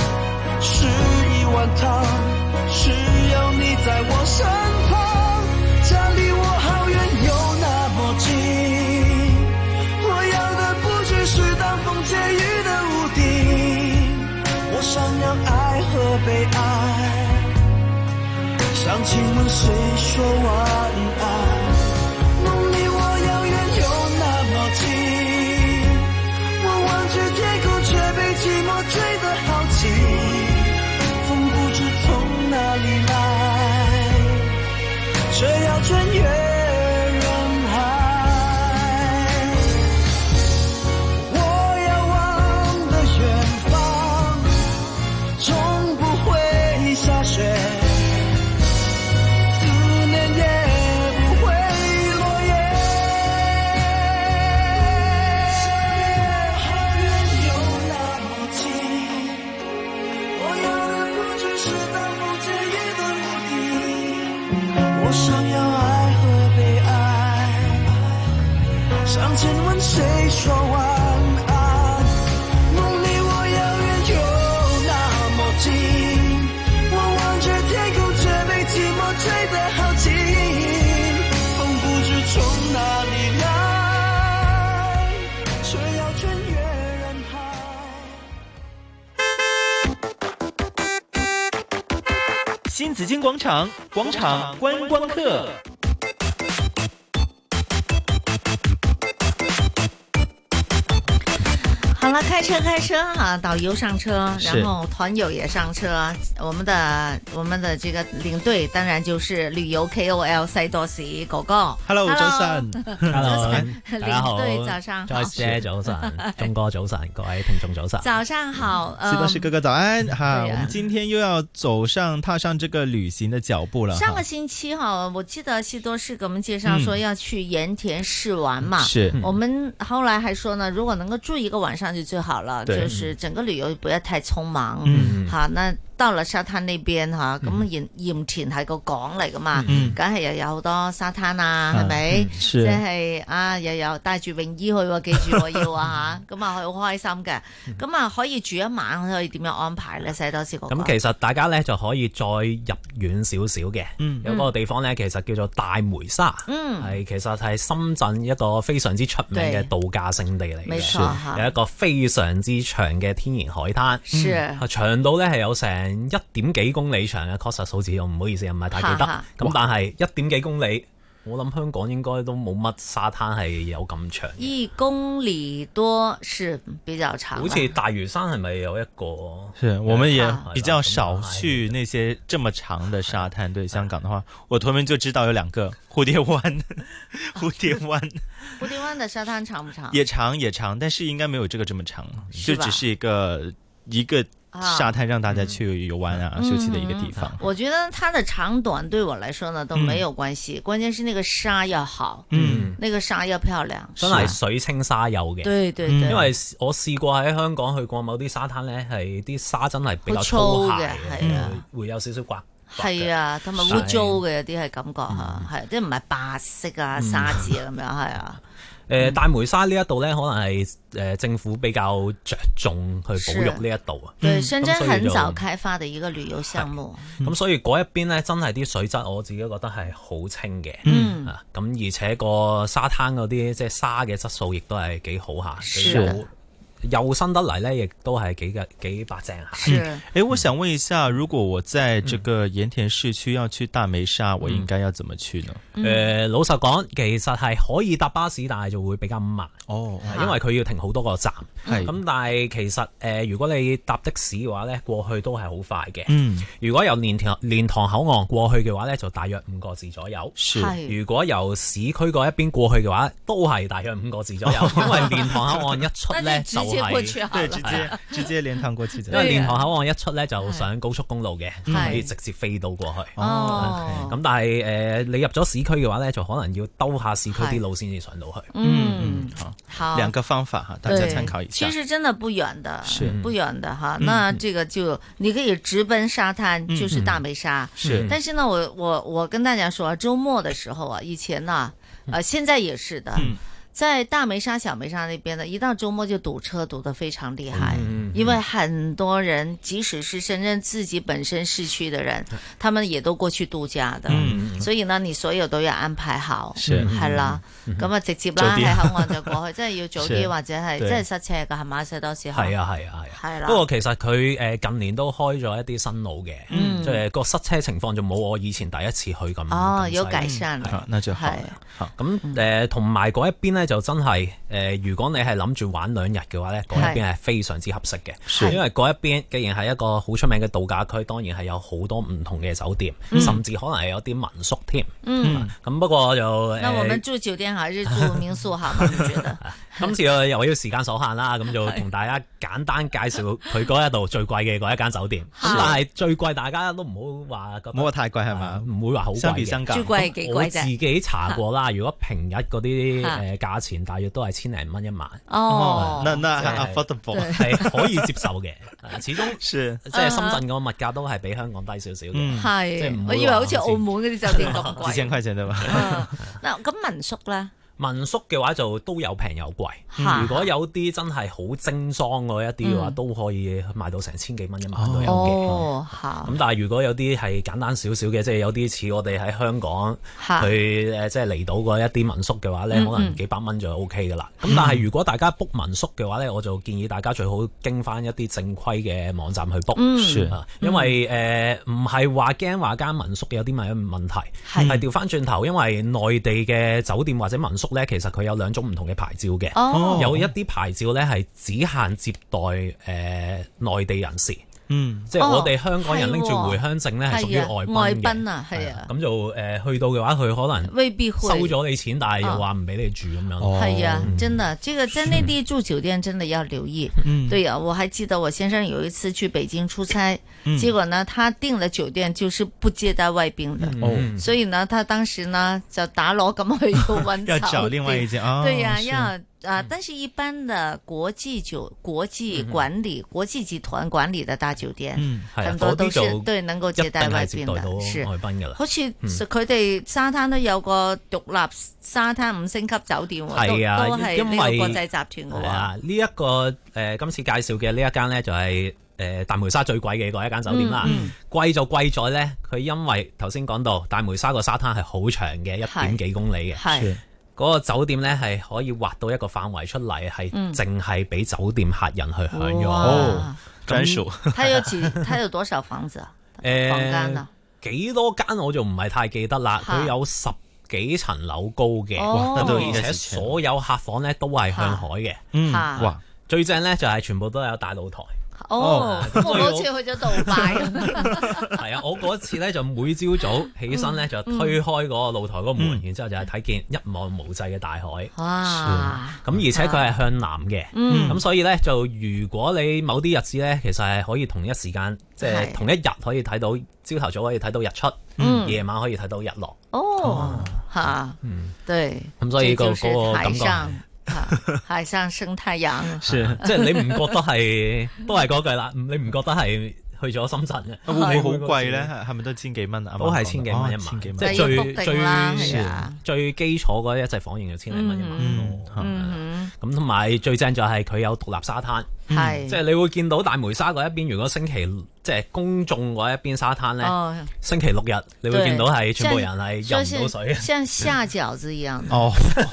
是一碗汤。是有你在我身旁，家离我好远又那么近。我要的不只是当风借雨的屋顶，我想要爱和被爱。想请问谁说晚安？梦离我遥远又那么近，我望着天空却被寂寞追得好紧。风不知从哪里来，却要穿越人海。我要望的远方，从不会下雪，思念也不会落叶。好远又那么近。我要的不只是当风借雨的屋顶，我想要爱和被爱。想请问谁说晚安？梦离我遥远又那么近，我望着天空却被寂寞追得好紧，风不知从哪里来，却要穿越人海。
新紫金广场，广场观光客。
好了，开车开车哈，导游上车，
是
然后团友也上车。我们的我们的这个领队当然就是旅游 KOL 塞多士狗狗。
Hello，早晨
早晨
大家好，
领队早上好
Joyce 姐早晨，钟哥早晨，各位聽眾早晨。
早上好，
是的，
嗯
是，哥哥早安哈！
对呀
我们今天又要走上踏上这个旅行的脚步了
上个
哈。
星期哈，我记得西多士给我们介绍
嗯
说要去盐田试玩嘛，
是
我们后来还说呢，如果能够住一个晚上就是最好了，
对
就是整个旅游不要太匆忙。
嗯
吓那到啦沙灘呢邊吓，咁
嗯
鹽鹽田係個港嚟噶嘛，
嗯
梗係又有好多沙灘啊，係咪
嗯？
即
是
係啊，又有帶住泳衣去喎，記住我要啊吓，咁啊佢好開心嘅。咁啊可以住一晚，可以點樣安排咧？西多士哥哥
咁其實大家咧就可以再入遠少少嘅，
嗯
有個地方咧其實叫做大梅沙，
嗯
係其實係深圳一個非常之出名嘅度假勝地嚟
沒錯哈
嘅，有一個非常之長嘅天然海灘，
是
啊長到咧係有成一點幾公里長嘅，確實數字我唔好意思唔係太記得，
哈哈
咁但係一點幾公里，我諗香港應該都冇乜沙灘係有咁長。
一公里多是比較長
好
啦，
似大嶼山係咪有一個？
是我们也比较少去那些这么长的沙滩。对香港的话，我屯门就知道有两个蝴蝶湾， 蝴蝶湾
蝴蝶灣的沙灘長唔長？
也长也长，但是应该没有这个这么长，
是
就
吧
只是一个一个
啊
沙滩让大家去游玩
嗯
啊、休息的一个地方。
我觉得它的长短对我来说呢都没有关
嗯
系，关键是那个沙要好，
嗯啊
那个沙要漂亮，
真
吧
係水清沙幼嘅，
對對對
因為我試過喺香港去過某啲沙灘咧，係啲沙真係比較
好
粗
粗
鞋
嘅係啊
會會有少少刮。
係啊，同埋污糟嘅有啲係感覺吓，
嗯
係即係唔係白色啊
嗯
沙子啊咁樣係 啊，
誒、大梅沙呢一度咧，可能係誒、政府比較着重去保育呢一度啊。
對，
嗯
深圳
咁所以
很
就
早開發的一個旅遊項目，
咁所以嗰一邊咧，真係啲水質我自己覺得係好清嘅，
嗯
啊，咁而且個沙灘嗰啲即係沙嘅質素亦都係幾好下，
是
幾好幼身得嚟咧，亦都係幾嘅幾白淨下。
嗯，哎，我想问一下，如果我在这个盐田市区要去大梅沙，我应该要怎么去呢？
誒、呃老實講，其實係可以搭巴士，但係就會比較慢。
哦
因為佢要停好多個站。
係
咁，但係其實誒、如果你搭的士嘅話咧，過去都係好快嘅。
嗯，
如果由蓮塘蓮塘口岸過去嘅話咧，就大約五個字左右。
是
係
如果由市區嗰一邊過去嘅話，都係大約五個字左右， 因為蓮塘口岸一出
那
咧
你直
就
接過
係、
去好
对，
了
直接直接连趟过去嗯的。
因為蓮塘口岸一出咧就上高速公路嘅，就
係
可以直接飛到過去。
哦
咁但係誒、呃你入咗市區嘅話咧，就可能要兜下市區啲路先至上到去。
嗯
好，
好
两个方法哈，大家
對，
参考一下。
其实真的不远的，
是
不远的哈。
嗯
那这个就你可以直奔沙滩，
嗯
就是大梅沙。
是
但是呢，我我我跟大家说啊，周末的时候啊，以前呢、
嗯
呃，现在也是的。在大梅沙、小梅沙那边呢，一到周末就堵车，堵得非常厉害，
嗯嗯
因为很多人，即使是深圳自己本身市区的人，他们也都过去度假的，
嗯嗯
所以呢，你所有都要安排好，
是
系啦，
嗯嗯
咁啊、直接
早
啦
啲
喺口岸就 過去，即係要早啲
是
或者係即
對
係塞車㗎，係嘛？塞多士
係啊，係啊，係
係
啊。
啦
不過其實佢誒近年都開咗一啲新路嘅
嗯，
即係個塞車情況就冇我以前第一次去咁。
哦
咁犀利
有改善啦
係啊
那就好
係
嗯
咁誒，同埋嗰一邊咧就真係誒、如果你係諗住玩兩日嘅話咧，嗰一邊係非常之合適
是
嘅，因為嗰一邊既然係一個好出名嘅度假區，當然係有好多唔同嘅酒店，
嗯
甚至可能係有啲民宿添。啊
嗯，
咁不過就呃誒，
那我們住酒店還是住民宿好 嗎？你覺得？
今次我又要時間所限啦，咁就同大家簡單介紹佢嗰一度最貴嘅嗰一間酒店。咁
是
但係最貴大家都唔好話覺得
冇話太貴係嘛，
啊唔會話好貴嘅
相比香港
最貴係幾貴啫
我自己查過啦，如果平日嗰啲
嚇
誒價錢大約都係千零蚊一晚。
哦
那那
即係
還 affordable
係可以接 受嘅。誒始終即係深
啊哈
圳個物價都係比香港低少少
嗯
嘅。即係
係
唔，
我
會
以為
話
好似澳門嗰啲酒店咁
幾
貴。 嗯
千塊錢對吧？
嗱，咁民宿咧？
民宿嘅話就都有平有貴，
嚇
如果有啲真係好精裝嗰一啲嘅話，
嗯
都可以賣到成千幾蚊一
啊
晚都有嘅。
哦，好
咁但係如果有啲係簡單少少嘅，即係有啲似我哋喺香港
嚇
去誒，即係嚟到嗰一啲民宿嘅話咧，
嗯
可能幾百蚊就 O K 噶啦。咁但係如果大家 book 民宿嘅話咧，我就建議大家最好經翻一啲正規嘅網站去
嗯
book，
是
啊
嗯
因為誒唔係話驚話間民宿有啲咩問題，係
嗯
調翻轉頭，因為內地嘅酒店或者民宿咧，其實佢有兩種唔同嘅牌照嘅，
哦
有一啲牌照咧係只限接待誒內地人士。
嗯，
即係我哋香港人拎住回鄉證咧，係屬於
哦哦係喎
外賓嘅
係啊外賓啊係啊
咁就誒、呃去到嘅話，佢可能
未必會
收咗你錢，
啊
但係又話唔俾你住咁樣。
哎呀，真的，这个在内地住酒店真的要留意。
嗯
对呀、我还记得我先生有一次去北京出差，
嗯
结果呢，他订了酒店就是不接待外宾的，
哦
所以呢，他当时呢就打锣咁去要搵
要
酒
找
店
另外一间哦
对呀、
是
要啊，但是一般的国际酒、国际管理、國際集團管理的大酒店，
嗯係啊
很多都是
嗰啲就
對能夠接待外
一定係接
賓
待到
的，是
外賓㗎啦
好似
嗯
佢哋沙灘都有個獨立沙灘五星級酒店喎，都
係啊
都係呢
因
個
為
國際集團嘅喎。
係啊，呢、一個誒、呃今次介紹嘅呢一間咧就係、呃大梅沙最貴嘅嗰一間酒店啦，
嗯嗯
貴就貴在咧，佢因為頭先講到大梅沙個沙灘係好長嘅，一點幾公里嘅，
係是
嗰個酒店咧係可以劃到一個範圍出嚟，係
嗯
淨係俾酒店客人
啊
去享用。
哇哦
咁
專屬
它有幾？它有多少房子 啊？
誒
房間啊？
幾呃多間我就唔係太記得啦，
嚇
佢有十幾層樓高嘅，啊
哦哇得到
而
而家
且所有客房咧都係向海嘅，
嗯嚇哇！
最正咧就係全部都有大露台。
哦，我
所以
好似去咗杜拜咁。
係啊，我嗰次咧就每朝早起身咧就推開嗰個露台嗰個門，然之後就係睇見一望無際嘅大海。嗯
哇！啊
咁而且佢係向南嘅，
嗯
咁所以咧就如果你某啲日子咧，其實係可以同一時間，即係
係
同一日可以睇到朝頭早可以睇到日
嗯
出，夜晚可以睇到日落。
哦，嗯哈，對，
咁所以
這
個
就是
嗰個
海
感覺
上，哈海上生太陽，
即係你唔覺 得 係，都係嗰句啦，你唔覺得係去咗深圳嘅？
啊會唔會好貴咧？係係咪都千幾蚊啊？
都係千幾蚊一晚，
千幾蚊
即係
就要
最
book
最
定啦係
最
啊
最基礎嗰一隻房型就千零蚊一晚
嗯
咯。
嗯
咁同埋最正就係佢有獨立沙灘，
嗯
係
即係你會見到大梅沙嗰一邊，如果星期即係公眾嗰一邊沙灘
哦
咧，星期六日你會
對
見到係全部人
像
係
像
入唔
是
到水。
像下餃子一樣的。
哦，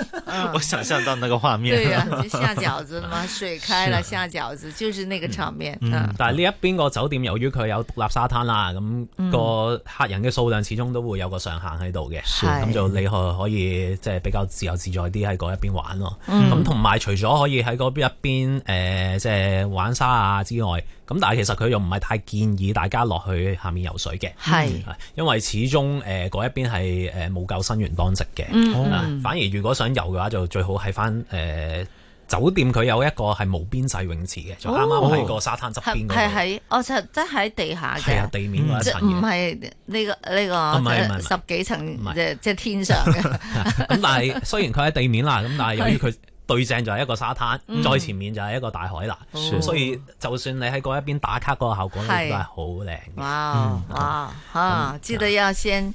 我想象到那個畫面。
對呀、就下餃子嘛， 水開了
啊
下餃子，就是那個場面。嗯，
但係呢一邊個酒店，由於佢有獨立沙灘啦，咁、
嗯
個客人嘅數量始終都會有個上限喺度嘅，
係
咁就你可可以即係比較自由自在啲喺嗰一邊玩咯。
嗯
咁同埋除咗可以喺嗰邊一邊誒、呃即係玩沙啊之外，咁但係其實佢又唔係太建議大家落去下面游水嘅，嗯
係
因為始終誒嗰一邊係誒冇救生員當值嘅，
嗯
啊
嗯
反而如果想游嘅話，就最好喺翻誒。呃酒店佢有一個係無邊際泳池嘅，就啱
哦
啱喺個沙灘側邊
係
嗰度。
喺，我就即係喺地下
係啊
嘅，
地面嗰一
即係
層嘅
唔係呢個
唔係唔
呢
係
個
唔
即
係
十幾層，即係即係天上 嘅。
咁但係雖然佢喺地面啦，咁但係由於佢對正就係一個沙灘，
嗯
再前面就係一個大海啦，
是
所以就算你喺嗰一邊打卡嗰個效果，你
係
都係好靚嘅。
哇
嗯
哇啊！記得要先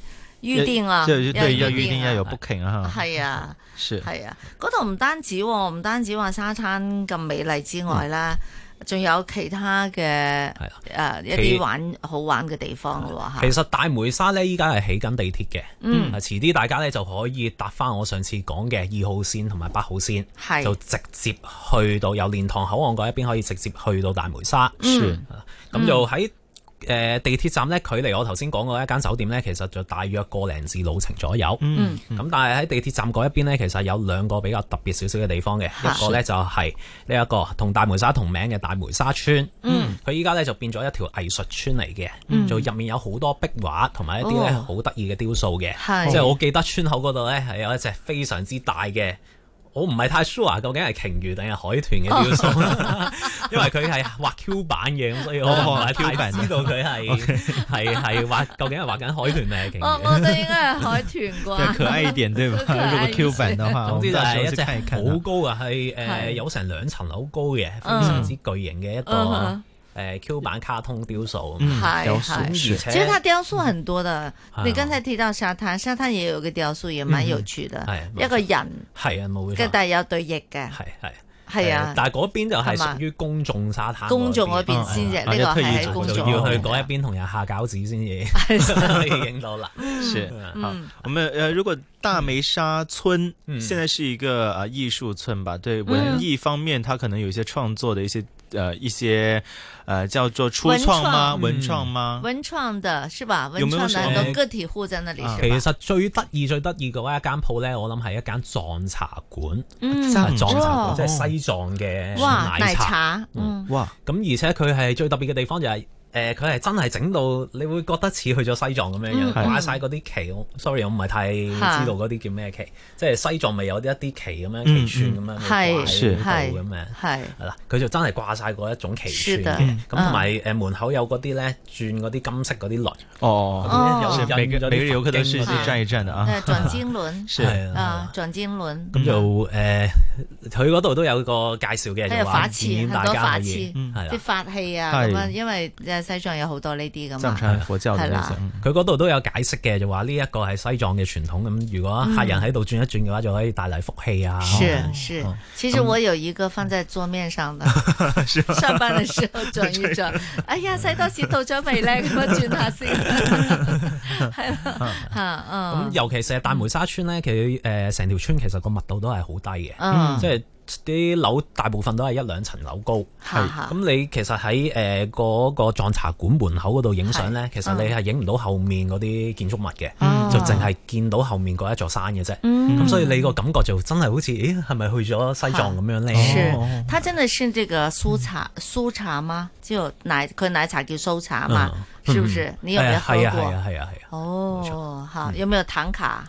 預定啊，
就就對，
要
要預定要有 booking 啊。哈
係啊。
是
係啊，嗰度唔單止喎唔單止話沙灘咁美麗之外啦，仲有其他嘅誒一啲
嗯啊其
玩好玩嘅地方嘅喎嚇
其實大梅沙呢，依家係起緊地鐵嘅，
嗯
啊遲啲大家呢就可以搭翻我上次講嘅二號線同埋八號線
係，
就直接去到由蓮塘口岸嗰一邊可以直接去到大梅沙，
是
啊
嗯
咁就喺。誒、地鐵站呢，距離我頭先講嗰一間酒店呢，其實就大約個零字路程左右。
嗯
咁但係喺地鐵站嗰一邊呢，其實有兩個比較特別少少嘅地方嘅，
嚇
一個呢就係呢一個同大梅沙同名嘅大梅沙村。
嗯
佢依家咧就變咗一條藝術村嚟嘅，
嗯
就入面有好多壁畫同埋一啲咧
哦
好得意嘅雕塑嘅
係，
即係我記得村口嗰度咧係有一隻非常之大嘅。我唔係太 sure 啊究竟係鯨魚定係海豚嘅雕 塑，因為佢係畫 Q 版嘅，咁所以我唔係
哦，Q
太
版
知道佢係係係畫究竟係畫緊 海豚定啊係鯨
哦我我
魚。
覺得應該係海 豚啩，
可愛一點 對吧
可愛一些
如果 Q 版的話
總之就係一
我們
隻
到時候去看一看啊
好高啊，係
係
誒有成兩層樓高嘅，非常之巨型嘅一
嗯
個
哼
誒 Q 版卡通嗯雕塑。
係
有
係，
而且
其實它雕塑很多的。
嗯
你剛才提到沙灘，沙灘也有個雕塑，也蠻有趣的
嗯，係
一個人
係啊，冇
嘅
錯，，
但係有對翼嘅，
係係
係啊
誒但係嗰邊就係
係嘛
屬於公眾沙灘，
公眾嗰邊先啫
哦
呢個係
哦
喺
一推二
公
就
眾
要
嗰
去
邊
嗰一邊同人下餃子 先至 可以影到啦。
是好
嗯，
我们呃，如果大梅沙村
嗯
现在是一个呃艺术村吧，对
嗯
文艺方面，它可能有一些创作的一些呃一些呃叫做初
文
创吗？
创
文创
嗯
吗？
文創的是吧？文
有沒有
創的
什麼
很多個體戶在那裡
其
是吧？
實最得意最得意嗰一間鋪咧，我諗係一間藏茶館，
嗯
係藏
哇
茶館即係西藏嘅
哇，奶
茶。
茶，嗯，
哇！
咁而且佢係最特別嘅地方就係誒佢係真係整到你會覺得似去咗西藏咁樣樣，
嗯係
掛晒嗰啲旗。我 sorry，我唔係太知道嗰啲叫咩旗，即係西藏咪有一啲旗咁樣
嗯
旗串咁樣
係
掛喺
係
嗰度咁樣，
係
係啦，佢就真係掛晒嗰一種
是
旗
的
串嘅。咁
嗯
同埋誒門口有嗰啲咧轉嗰啲金色嗰啲輪，
哦
有
是
印
每
咗
个
啲
每个游客都
佛經
是
嗰啲
站一站的啊
呃，，转经 轮
是
啊，转经轮
咁就誒，佢嗰度都有個介紹嘅，
还
就
有
話
法
建
器，
議
很
大
多
家
法
可以
嗯
器，
係
啲
嗯啦。
法器啊
係
咁啊，因為誒西藏有好多呢啲噶
係
嘛，
啦
係啦，
佢嗰度都有解釋嘅，就話呢一個係西藏嘅傳統。咁如果客人喺度轉一轉嘅話，就可以帶嚟福氣啊。
嗯是是，其實 我有一個放在桌面上的， 上班嘅時候轉一 轉，哎呀，洗多士到咗未咧？咁啊轉下先， 係
嗯
啦，嚇
咁
嗯，
尤其是係大梅沙村咧，佢誒成條村其實個密度都係好低嘅，
嗯
即係啲樓大部分都係一兩層樓高。
係係
咁你其實喺誒嗰個藏茶館門口嗰度影相咧，其實
嗯
你係影唔到後面嗰啲建築物嘅，就淨係見到後面嗰一座山嘅啫。咁、
嗯
所以你個感覺就真係好似，咦係咪去咗西藏咁樣咧？哦
是，它真的是這個酥茶，
嗯
酥茶嗎？就奶，佢奶茶叫酥茶嘛，
嗯
啊是不是
嗯？
你有沒有喝
係
過？
啊係啊係啊係啊。
哦，
嗯
好，有沒有唐卡？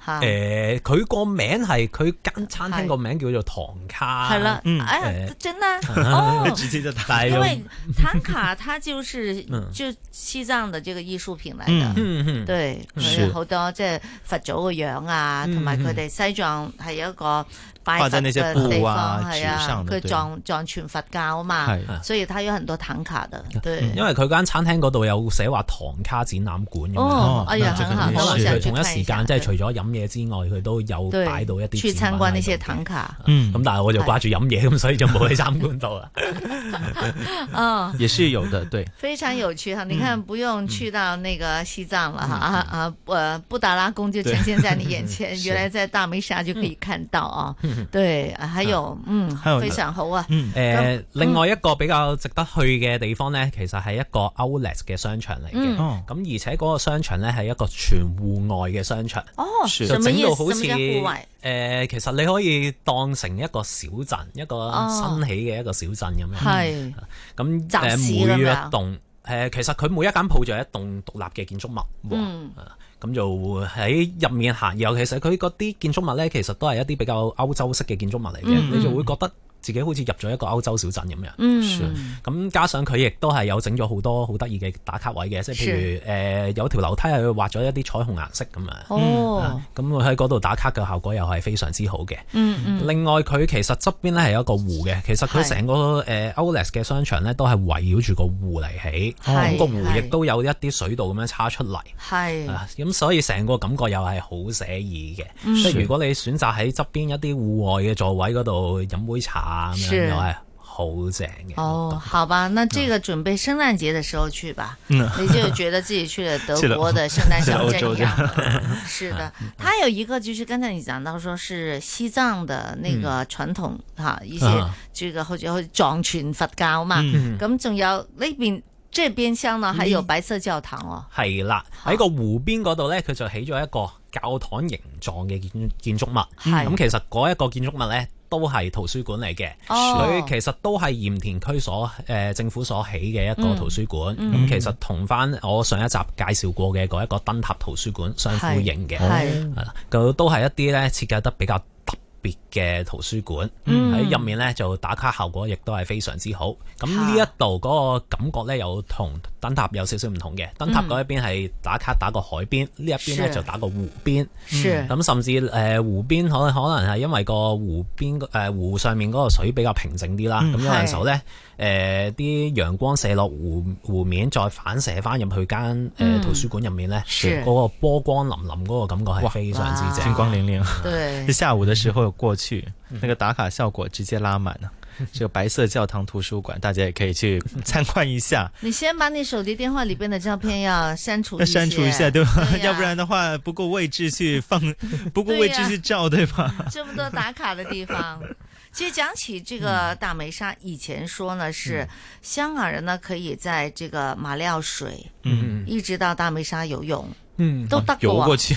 哈，
誒，呃佢個名係佢間餐廳個名叫做唐卡，
係啦，
嗯
哎呀
誒，。
真的 哦
直接就大
因為唐卡它就是
嗯
就西藏的這個藝術品嚟
嗯
嘅，
嗯嗯
對，佢
是
有好多即係佛祖嘅樣啊，
嗯
同埋佢哋西藏係有一個拜
畫
佛
在那
嘅
些
地
布
方
啊，
係
紙
啊
上，的
佢
對
藏藏傳佛教啊嘛，
係嗯
所以它有很多唐卡的，對。
嗯
因為佢間餐廳嗰度有寫話唐卡展覽館咁樣
哦哎
啊
呀
咁就
很好
可能
那我想
佢
去
同一
看一
時
下
間即係除咗飲嘢之外，佢都有
對
擺到一
去
啲
參
展啊品
觀
喺
那
度
些唐卡，
嗯，咁但係我就掛住飲嘢，咁所以就冇去參觀到啊啦。
嗯，
也是有的，对。
非
嗯
常有趣哈！你看，不用去到那个西藏了哈
嗯
啊啊，呃，布达拉宫就呈现在你眼前， 原来在大梅沙就可以看到啊。对，啊还有嗯
嗯还有，呢嗯
非常好啊。
嗯
誒、
咁
另外一個比較值得去嘅地方呢，其實係一個 Outlet 嘅商場嚟嘅。
嗯
咁、
哦
而且嗰個商場呢，係一個全戶外嘅商場。
哦
就是
什麼意思
整到好
什
似
麼叫戶外
誒、其實你可以當成一個小鎮，一個
哦
新起嘅一個小鎮咁樣。
嗯
係
咁
集
誒、
市
每
咁
一
樣啊
棟誒、其實佢每一間鋪就係一棟獨立嘅建築物。
嗯
咁就喺入面行，尤其是佢嗰啲建築物呢，其實都係一啲比較歐洲式嘅建築物嚟嘅，
嗯
你就會覺得自己好似入咗一個歐洲小鎮咁樣。
嗯
是咁加上佢亦都係有整咗好多好得意嘅打卡位嘅，即係譬如誒、呃有條樓梯係畫咗一啲彩虹顏色咁樣。
哦
啊咁佢喺嗰度打卡嘅效果又係非常之好嘅。
嗯嗯
另外佢其實側邊呢係有一個湖嘅，其實佢成個誒 Outlet 嘅商場呢都係圍繞住個湖嚟起，
係
咁個湖亦
係
都有一啲水道咁樣叉出嚟。
係
啊，咁所以成個感覺又係好寫意嘅。
嗯
即係
是
如果你選擇喺側邊一啲戶外嘅座位嗰度飲杯茶啊咁
是
樣，又係好正嘅。
哦，好吧，那這個準備聖誕節的時候去吧，
嗯
你就覺得自己去 了德
去了
國的聖誕小鎮一樣。
樣
是的，
嗯
它有一個就是剛才你講到說是西藏的那
嗯
個傳統哈，一些
啊
這個好似好似藏傳佛教嘛，
嗯
咁仲有呢邊這邊廂呢，
嗯
還有白色教堂哦。
係啦，喺個湖邊嗰度呢，佢就起咗一個教堂形狀嘅建建築物。
係
咁其實嗰一個建築物呢，都係圖書館嚟嘅。
哦
佢、其實都係鹽田區所誒、呃政府所起嘅一個圖書館。咁、
嗯嗯
其實同翻我上一集介紹過嘅嗰一個燈塔圖書館相呼應嘅。
係
係啦，佢都係一啲呢設計得比較特別嘅圖書館。
嗯
喺入面呢，就打卡效果亦都係非常之好。咁呢一度嗰個感覺呢，又同燈塔有少少唔同嘅。燈塔
嗯
嗰一邊係打卡打個海邊，呢一邊呢
是
就打個湖邊。
是
咁甚至誒、呃湖邊可能可能係因為個湖邊誒、呃湖上面嗰個水比較平靜啲啦。咁、
嗯
有陣時候
係
呢，誒、啲陽光射落湖湖面，再反射翻入去間
嗯
誒圖書館入面呢，
是
嗰個波光粼粼嗰個感覺係非常之正，
金光粼粼。啊
对
就下午的时候过去，那个打卡效果直接拉满了。这个白色教堂图书馆，大家也可以去参观一下。
你先把你手机电话裏邊的照片要删除
要
一
删除一
些
下，对吧？
呀
要不然的话，不够位置去 放，不够位置去照，对吧？
这么多打卡的地方。其实讲起这
嗯
个大梅沙，以前说呢是香港人呢可以在这个马料水，
嗯
一直到大梅沙游泳。
嗯
都得
游
过
过去，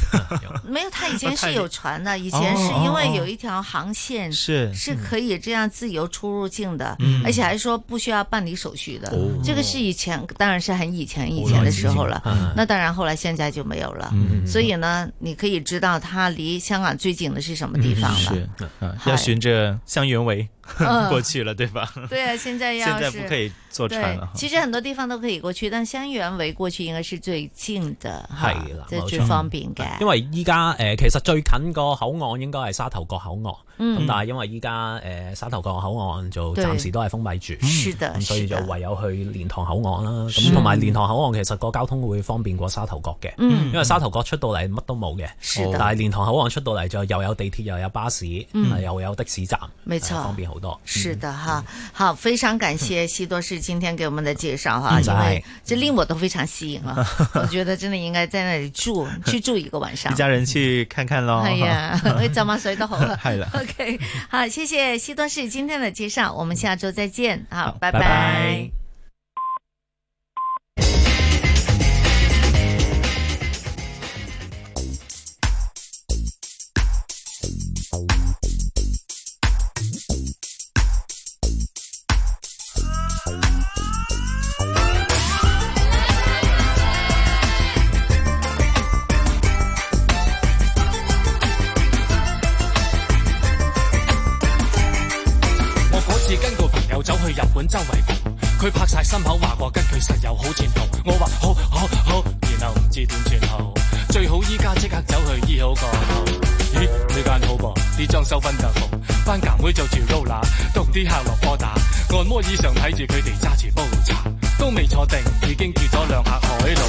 没有，它以前是有船的，以
啊太
前是因
哦
为
哦
有一条航线
是
是可以这样自由出入境的
嗯，
而且还说不需要办理手续的
哦。
这个是以前，当然是很以前 以前的时候 了
哦那已经嗯。
那当然后来现在就没有了
嗯。
所以呢，你可以知道它离香港最近的是什么地方了。
是，啊要循着香园围
嗯
过去了，对吧？
对啊，现在要
现在
是
不可以坐船了
对，其实很多地方都可以过去，但香园围過去應該是最近的，哈
係啦，
即係
冇
最
錯
方便嘅。
因為依家誒其實最近個口岸應該係沙頭角口岸，咁、
嗯
但係因為依家誒沙頭角口岸就
對
暫時都係封閉住，
是的
咁所以
是
就
的
唯有去蓮塘口岸啦。
是
咁同埋蓮塘口岸其實個交通會方便過沙頭角嘅，
嗯
因為沙頭角出到嚟乜都冇嘅，
是的
但係蓮塘口岸出到嚟就又有地鐵又有巴士，
嗯
係又有的士站，
沒
係
錯
方便好
嗯
嗯
多。
是的哈，好，非常感谢西多士今天给我们的介绍哈，
嗯
因
哎
为这令我都非常吸引了， 我觉得真的应该在那里住，去住一个晚上
嗯 一。家人哦去看看咯。
哎呀， 去浸下水都好 啦。
係啦
OK，好，谢谢西多士今天的介绍，我们下周再见，好，拜
拜
拜。
我嗰次跟個朋友走去日本周圍逛，佢拍晒心口話過跟佢實有好前途。我話好好好，然後唔知點算好，最好依家即刻走去醫好啊個頭。咦，呢間好啊噃，啲裝修 wonderful，班監會做條 roller，同啲客落波打，按摩椅上睇住佢哋揸住煲茶，都未坐定，已經叫咗兩客海老，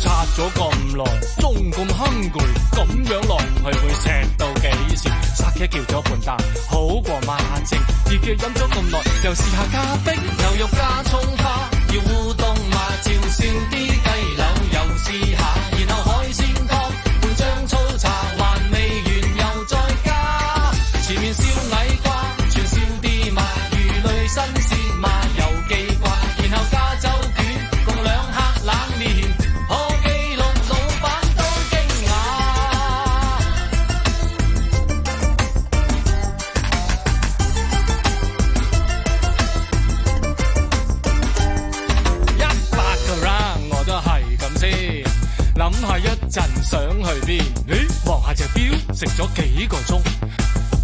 刷咗咁耐，仲咁哼攰，咁樣來去去食到幾時？沙茄叫咗半打，好過晚清。熱嘅飲咗咁耐，又試下加冰，牛肉加葱花，要烏冬嘛，照燒啲雞柳又試下，然後海鮮湯換張粗茶，還未完又再加。前面燒矮瓜，全燒啲嘛，魚類新鮮嘛，又記掛，然後加酒卷，共兩客冷面，何記龍老闆都驚訝。一百個 round 我都係咁先，諗下一陣想去邊？咦，望下隻表，食咗幾個鐘，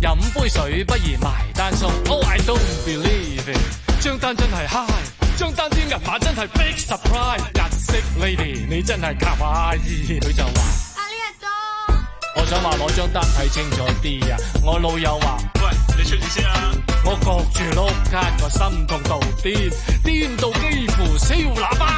飲杯水不如埋單數。Oh I don't believe it，張單真係 high，張單啲銀碼真係 big surprise。日式 lady 你真係卡哇伊，佢就話。我想話攞張單睇清楚啲啊！我老友話：喂，你出住先啊！我焗住碌卡，我心痛到癲，癲到幾乎燒喇叭。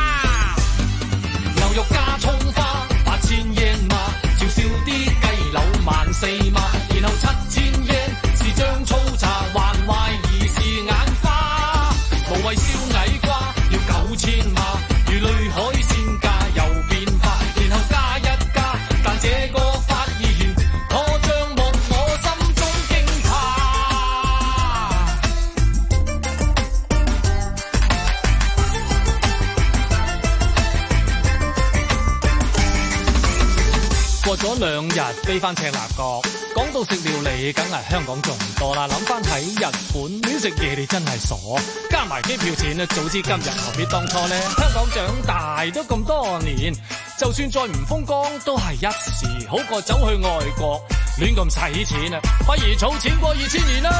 牛肉加葱花，八千 yen 嘛，照燒啲雞柳萬四嘛，然後七千 yen 是張粗茶，還懷疑是眼花，無謂燒矮瓜，要九千嘛，魚類海鮮價又變化，然後加一加，但這個發現可將令我心中驚怕。過咗兩日飛翻赤鱲角，講到食料理，梗係香港仲多啦。諗翻喺日本亂食嘢，你真係傻。加埋機票錢咧，早知今日何必當初呢？香港長大都咁多年，就算再唔風光都係一時，好過走去外國亂咁使錢啊！不如儲錢過二千年啦。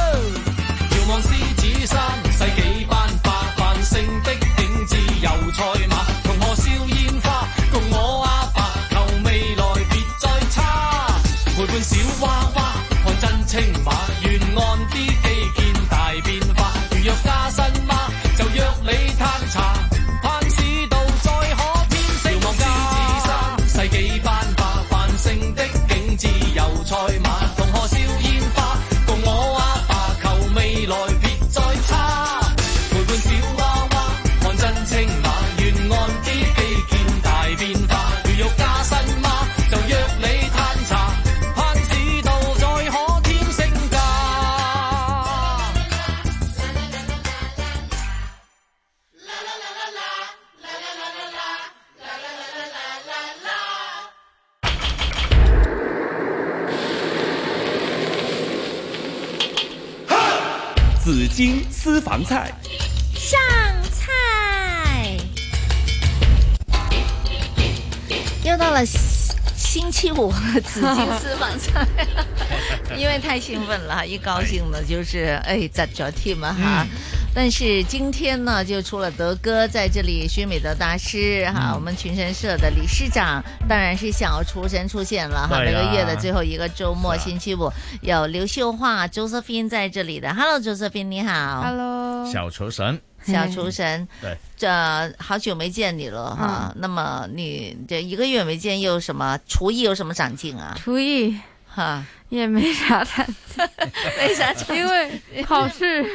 遙望獅子山，世紀班百萬勝的景致，油菜馬同我燒煙花，共我阿爸求未來別再差。陪伴小娃娃看真青馬，沿岸啲基建大變化。如若加薪媽，就約你攤茶，攀市道再可偏色。遙望獅子山，世紀班百萬勝的景致，油菜馬同我燒煙花，共我阿爸。求未來別再差，陪伴小娃娃看真青馬，沿岸
紫荆私房菜。
上菜。
又到了星星期五了，紫金私房 菜，
嗯
因为太兴奋了，一高兴呢就是哎咋着替嘛
嗯
哈。但是今天呢，就除了德哥在这里，薛美德大师哈，我们群神社的理事长，当然是小厨神出现了哈。
对
每
呀
个月的最后一个周末，星期五有刘秀华、Josephine 在这里的。Hello，Josephine，你好。Hello，
小厨神，
小厨神。
对，
这好久没见你
嗯
了哈、那么你这一个月没见，又有什么厨艺有什么长进啊？
厨艺
哈，
也没啥长进，
没啥长进
因 为考试，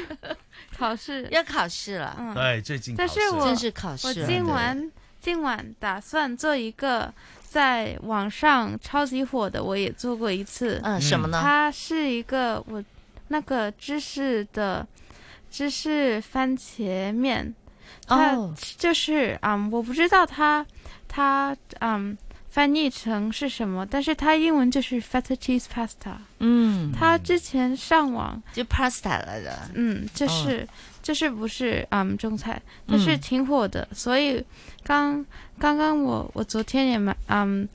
考试
要考试了。
嗯，
对，最近
但
考
是
试
我
真是考试
我
了
今
对
晚今晚打算做一个在网上超级火的，我也做过一次。
嗯什么呢
它是一个我那个芝士的芝士番茄面，它
哦
就是嗯，我不知道它它嗯翻译成是什么，但是它英文就是 feta cheese pasta。
嗯，
他之前上网
就 pasta 来的，
嗯，就是、就是不是嗯中菜，但
嗯
是挺火的，所以刚刚刚我我昨天也买嗯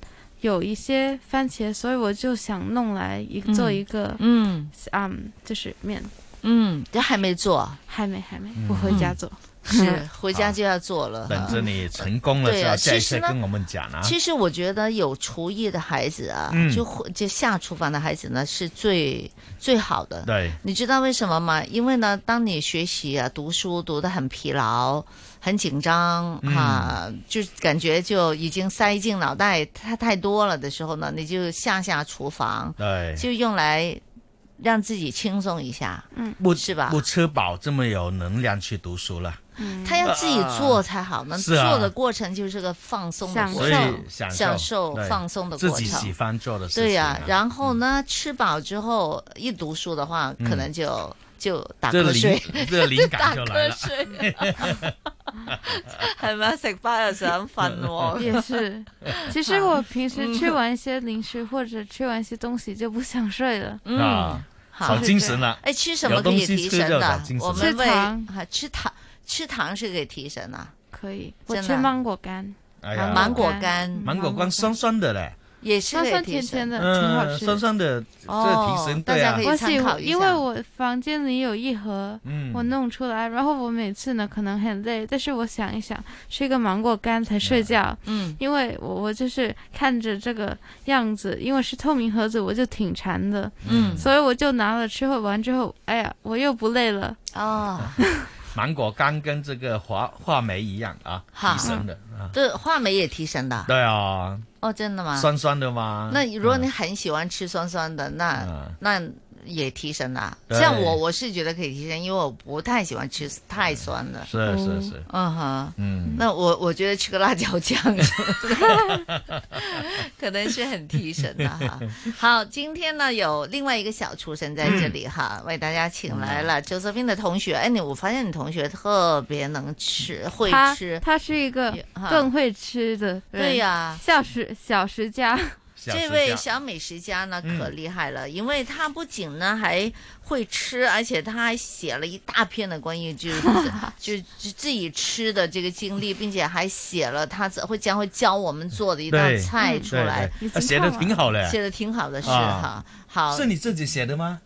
有一些番茄，所以我就想弄来一
嗯
做一个
嗯
嗯就是面，
嗯，这还没做，
还没还没
嗯，啊
我回家做，嗯
是回家就要做了。
等着
哈
你成功了
对
之
啊
后，再
其实
再
呢
跟我们讲啊。
其实我觉得有厨艺的孩子啊，
嗯
就会就下厨房的孩子呢是最最好的。
对
你知道为什么吗？因为呢，当你学习啊、读书读得很疲劳、很紧张、
嗯
啊，就感觉就已经塞进脑袋太太多了的时候呢，你就下下厨房，
对，
就用来让自己轻松一下。
嗯，
不
是吧
不吃饱这么有能量去读书了，
他要自己做才好呢，
是啊
做的过程就是个放松的
所
过
以
程，
享
享
受
受
对
放松的
自
过
己喜
程。
欢做的事情。啊
对呀、然后呢，吃饱之后一读书的话，
嗯
可能就就打
这
瞌睡
灵，这灵感就来了
打瞌睡，系咪食飽又想瞓 喎？
也 是，其实我平
嗯
时吃完一些零食或者吃完一些东西就不想睡了，
嗯
嗯
啊，
好
好精神了。
哎，吃什么可以提
有东西
神
吃就好
的
精？神
我
了
们
吃
为啊
糖
吃糖，吃糖是可以提神啊。
可以，我
真
吃
的啊
芒果干，
哎呀，
芒果干
芒果干酸酸的嘞，
也是
酸
可以
酸
提
甜
神
甜的，挺好
嗯，
吃。
酸酸的，这
哦
提神
大
对
家
啊
可以。
我
参
喜
考一
欢，因
下
为我房间里有一盒，
嗯
我弄出来，然后我每次呢可能很累，但是我想一想，吃一个芒果干才睡觉，
嗯，
因为我我就是看着这个样子，因为是透明盒子，我就挺馋的，
嗯
所以我就拿了吃完之后，哎呀，我又不累了，
哦，
芒果干跟这个话话梅一样啊，
好
提神的啊。
对，话梅也提神的。
对啊，
哦，真的吗？
酸酸的嘛。
那
嗯
如果你很喜欢吃酸酸的，那、那也提神啦。
对
像我，我是觉得可以提神，因为我不太喜欢吃太酸 的。
是是是
嗯哼，
嗯
那我我觉得吃个辣椒酱， 可能是很提神的啊哈。好，今天呢有另外一个小厨神在这里哈，
嗯
为大家请来了 Josephine 的同学。哎，你我发现你同学特别能吃，会
他
吃。
他是一个更会吃的人，
对呀
小食小食家，
这位小美食家呢，
嗯
可厉害了，因为他不仅呢还会吃，而且他还写了一大篇的 关于就是就就自己吃的这个经历，并且还写了他会将会教我们做的一道
对
菜
嗯
出来
对对已，经写得看完挺好嘞
写的挺好的是哈
啊，
好
是你自己写的吗？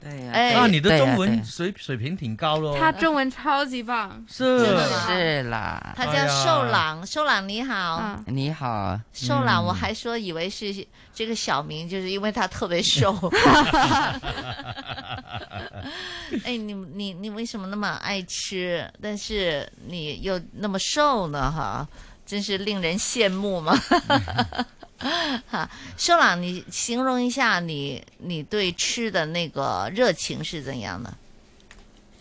对呀
哎，啊，你的中文水水平挺高喽。
他中文超级棒，
是真的哎吗
是啦，
他叫瘦朗，瘦朗你好
嗯
哎。呀。 你好，
瘦朗，
嗯
我还说以为是这个小名，就是因为他特别瘦。哎，你你你为什么那么爱吃，但是你又那么瘦呢？哈，真是令人羡慕嘛。哈，瘦朗，你形容一下你你对吃的那个热情是怎样的？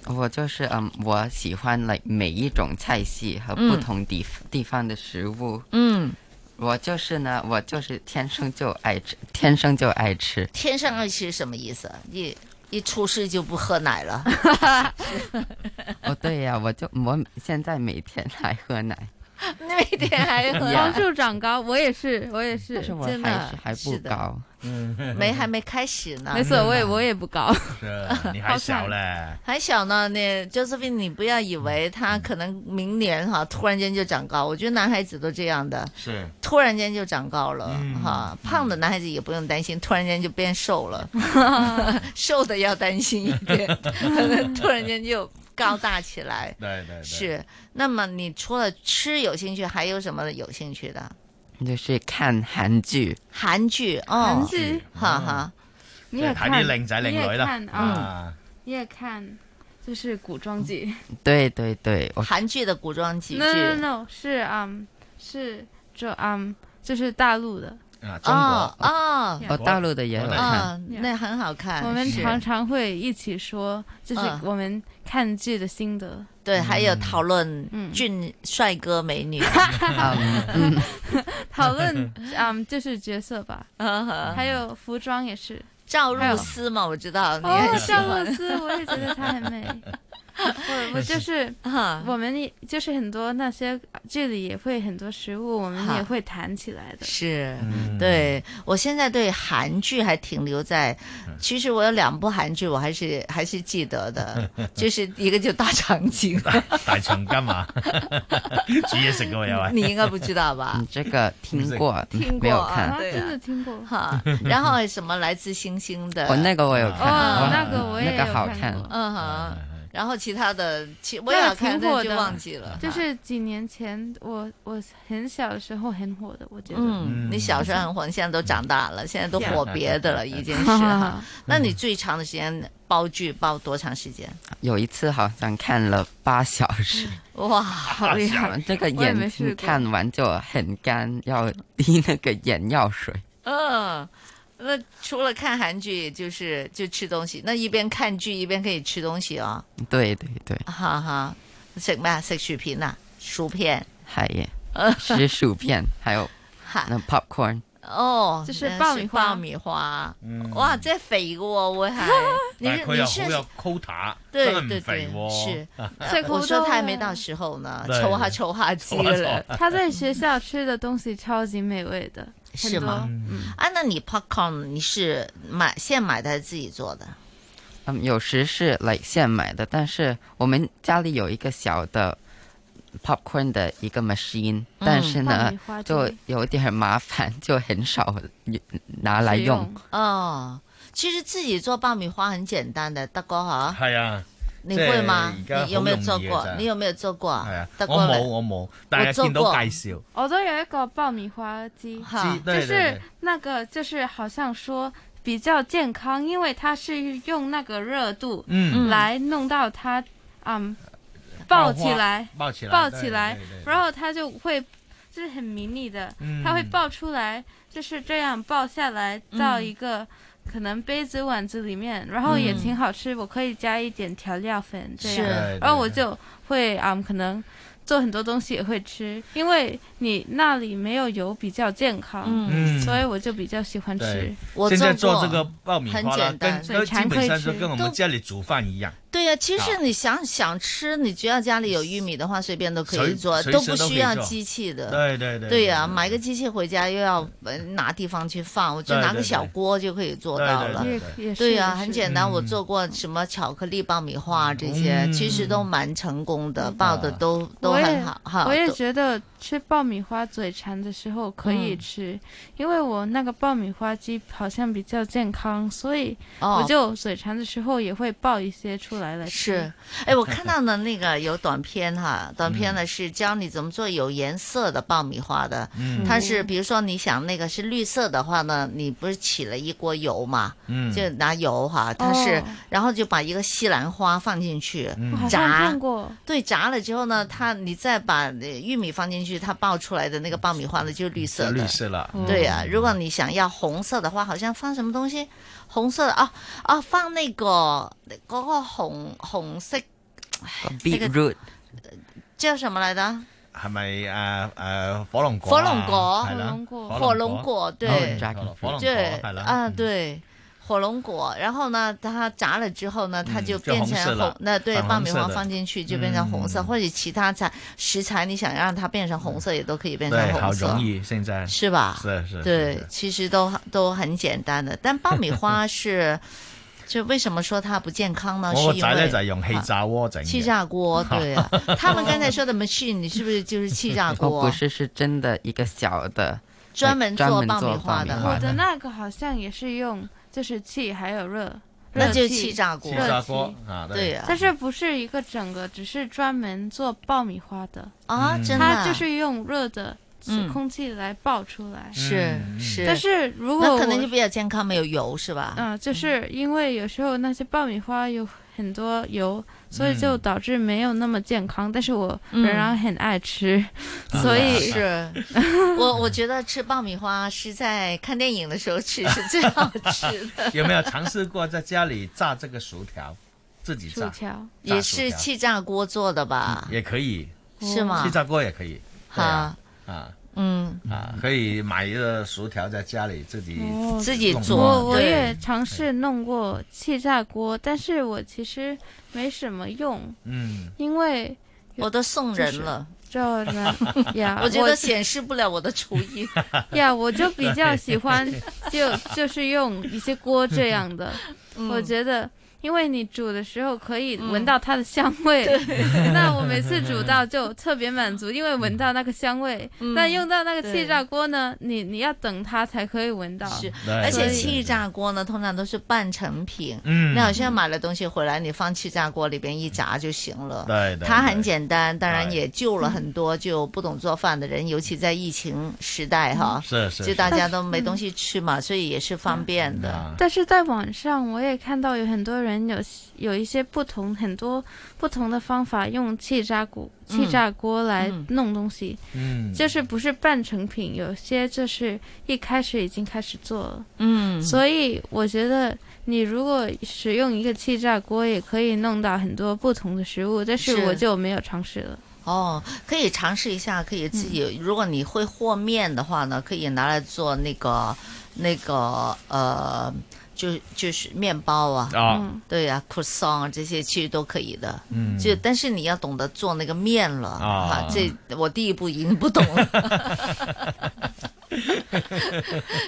我就是嗯，我喜欢来每一种菜系和
嗯
不同地、地方的食物。
嗯，
我就是呢，我就是天生就爱吃， 天生就爱 吃。
天上爱吃什么意思？一一出世就不喝奶了？
哦，对呀、我就我现在每天还喝奶，
你每天还喝
呀
帮助长高，我也是，我也是，
但是 我
真
还
的
是还不高。
嗯
没还没开始呢。，
没事，我也我也不高。
是你还小嘞
还小呢，那 Josephine，你不要以为他可能明年哈、突然间就长高，我觉得男孩子都这样的，
是
突然间就长高了哈、
嗯
胖的男孩子也不用担心，突然间就变 瘦了，瘦的要担心一点，可能突然间就高大起 来。
对对对，
是，那么你除了吃有兴趣，还有什么有兴趣的？
就是看韩剧，
韩剧哦，
韩剧
哈哈，
嗯
你也看，
睇啲靚仔靚
你
女
也
啦
看啊，你也看，就是古装剧。
对对对，哦我
韩剧的古装嗯喜剧
No no no，是啊、嗯是就啊、嗯就是大陆的。
啊，
中
哦
国
哦，
我大陆的也有看，
嗯，那很好看。
我们
是
常常会一起说，就是
嗯
我们看剧的心得。
对，还
嗯
有讨论俊帅哥 美女，
嗯
讨论， 嗯，就是角色吧，还有服装也是。
嗯赵
还
露
有
思嘛，我知道你
哦
很，喜
赵
欢
露。思，我也觉得她很美。我我 就是
啊
我们也就是很多那些剧里也会很多食物，我们
哈
也会谈起来的。
是，
嗯
对我现在对韩剧还停留在，
嗯
其实我有两部韩剧我还是还是记得 的， 就是一个就《大长今》，
大長今啊，煮嘢食嘅喎又係，
你应该不知道 吧？
你嗯这个听过
听
没
过
有
啊，
看？
对
真的
啊，
听过
哈。然后还有什么来自星星的，
我那个我有看，
哦
我
那个我也
那个
有
好
看
看，
嗯哼，然后其他的其我
那
也
个
要看，
挺
但
火
就
的
忘记了。
就
哈
是几年前，我我很小的时候很火的，我觉得。
嗯，你小时候很火，你现在都长大了，现在都
啊
火别的了，已经是 哈。那
嗯
你最长的时间煲剧煲多长时间？
有一次好像看了八小时，
哇，
啊
好厉害！
这个
我也没
眼
试
睛
过
看完就很干，要滴那个眼药水。
嗯，那除了看韩剧，就是就吃东西，那一边看剧一边可以吃东西啊、
对对对，
哈哈。食咩？食薯片啊，薯片。
还 有吃薯片，还有
哈
那 popcorn。
哦，
就是
那
爆米花
爆米花，
嗯
哇，真係肥嘅喎，會 係你
但係
是
哎佢
你
又
是
好有 quota，
对
真係
对
唔肥
对，
喎
是，
最
呃
苦
我说
都
他还
了
没到时候呢，
对
抽哈抽哈机
抽哈抽
了
哈。
他在学校吃的东西超级美味的，很
是吗
多
啊，那你 popcorn 你是买现买的还是自己做的？
嗯，有时是 like 现买的，但是我们家里有一个小的 popcorn 的一个 machine，、
嗯
但是
爆
呢
米花，
就
机
有点麻烦，就很少拿来用。
哦，其实自己做爆米花很简单的，德哥哈，
係啊，
你
即係
會嗎？
而家
你有沒有
好
做
容易嘅
過
咋？
你有沒有做過啊？
係啊，
德
我
哥
冇
你
我冇，但係
做
見到
過
介紹，
我都有一个爆米花机，
哈
就
对对
是
对
那个就是好像说比较健康，因为它是用那个热度
嗯
来弄到它嗯
爆
爆
花
起来，
爆起来
爆
对
起来
对对，对
然后它就会就是很迷你的
嗯，
它会爆出来，就是这样爆下来
嗯
到一个。可能杯子碗子里面，然后也
嗯
挺好吃。我可以加一点调料粉，这
是
样
对对，
然后我就会啊、嗯可能做很多东西也会吃，因为你那里没有油比较健康，
嗯
所以我就比较喜欢吃
对。，
我
现在
做
做
过
这个爆米花了，
很简单
跟跟基本上就跟我
都
们家里煮饭一样，
对呀、啊其
啊
实你想想吃，你只要家里有玉米的话，随便都可以
随
做，
随
都
时
不
都可
需
以
要
做
机器的。
对对对
对呀、买个机器回家又要呃拿地方去放，我就
对
拿
对
个
对
小锅就可以做到了。
对对嗯
对也
对
是
呀、
也
很
是
简单。我做过什么巧克力爆米花这些，其实都蛮成功的，爆的都
嗯
都
我也
很好哈。
我也
都
觉得吃爆米花嘴馋的时候可
嗯
以吃，因为我那个爆米花机好像比较健康，所以
哦
我就嘴馋的时候也会爆一些出来来吃。
是，哎，我看到呢，那个有短片哈，短片呢是教你怎么做有颜色的爆米花的。
嗯
它是比如说你想那个是绿色的话呢，你不是起了一锅油嘛，
嗯
就拿油哈，它是，
哦
然后就把一个西兰花放进去、
我好像
炸
看。过，
对，炸了之后呢，它你再把呃玉米放进去，它爆出来的那个爆米花呢就是绿
是
色的。啊
绿色了，
嗯
对呀、如果你想要红色的话，好像放什么东西，红色的啊啊，放那个嗰、个红红色那个
beetroot
叫什么来着？
係咪誒誒火龍果啊？
火龙果，
係啦
火龙果，对，
火龍果
对，
嗯
係啦，
啊，对，火龙果，然后呢，它炸了之后呢，它就
嗯就
变
红色
成
了
红，那对
粉红
爆米花
色的嗯
放进去就变成红色，或者其他材食材你想让它变成红色也都可以变成
对，好
红色，
容易现在
是吧？
是是，
对，其实都都很简单的，但爆米花是， 就为什么说它不健康呢？
我
是
個
因
仔咧
为啊
就係用氣炸鍋整
气
嘅。
炸锅，对啊。他们刚才说的 machine，你是不是就是气 炸
哦，
锅
不？是，是真的一个小的，
专门
专
做
门
爆米花的
的。
我的那个好像也是用就是气还有热，
那
热
就
气
气炸锅
气炸
热气
锅啊对对呀。
但是不是一个整个，只是专门做爆米花的
啊嗯真的啊
它就是用热的
嗯
空气来爆出来，
是是。
但是如果
那可能
我
就比较健康，没有油是吧？
嗯，就是因为有时候那些爆米花有很多油，所以就导致没有那么健康。但是我仍嗯然很爱吃， 所以
嗯啊是我我觉得吃爆米花是在看电影的时候吃是最好吃的
有没有尝试过在家里炸这个薯条？自己炸，炸
也
薯
是
条
气炸锅做的吧？
也可以，
是吗
气炸锅也可以，对
哈
啊，啊
嗯，
啊，可以买一个薯条在家里自己
哦
弄啊
我
过
我也尝试弄过气炸锅，但是我其实没什么用，
嗯，
因为
我都送人 了。
就呢呀，
我觉得显示不了我的厨艺。
呀，我就比较喜欢就就是用一些锅这样的，
嗯
我觉得。因为你煮的时候可以闻到它的香味， 那我每次煮到就特别满足，因为闻到那个香味。
嗯
那用到那个气
对
炸锅呢，你你要等它才可以闻到。
嗯
是
是而且气炸锅呢，通常都是半成品。
嗯
你好像买了东西回来，你放气炸锅里边一炸就行了。
对对
它
对
很简单，当
哎
然也救了很多就不懂做饭的人，尤其在疫情时代
嗯
哈，
是是嗯
就是大家都没东西吃嘛，所以也是方便的。
但是在网上，我也看到有很多人有有一些不同很多不同的方法，用气炸锅
嗯
气炸锅来
嗯
弄东西，
嗯
就是不是半成品，有些就是一开始已经开始做了，
嗯
所以我觉得你如果使用一个气炸锅，也可以弄到很多不同的食物，但是
是
我就没有尝试了。
哦，可以尝试一下，可以自己。如果你会和面的话呢，可以拿来做那个那个呃，就就是面包啊，
啊嗯
对呀、c r o i s s a n t 这些其实都可以的。
嗯
就但是你要懂得做那个面了
啊
这我第一步已经不懂 了。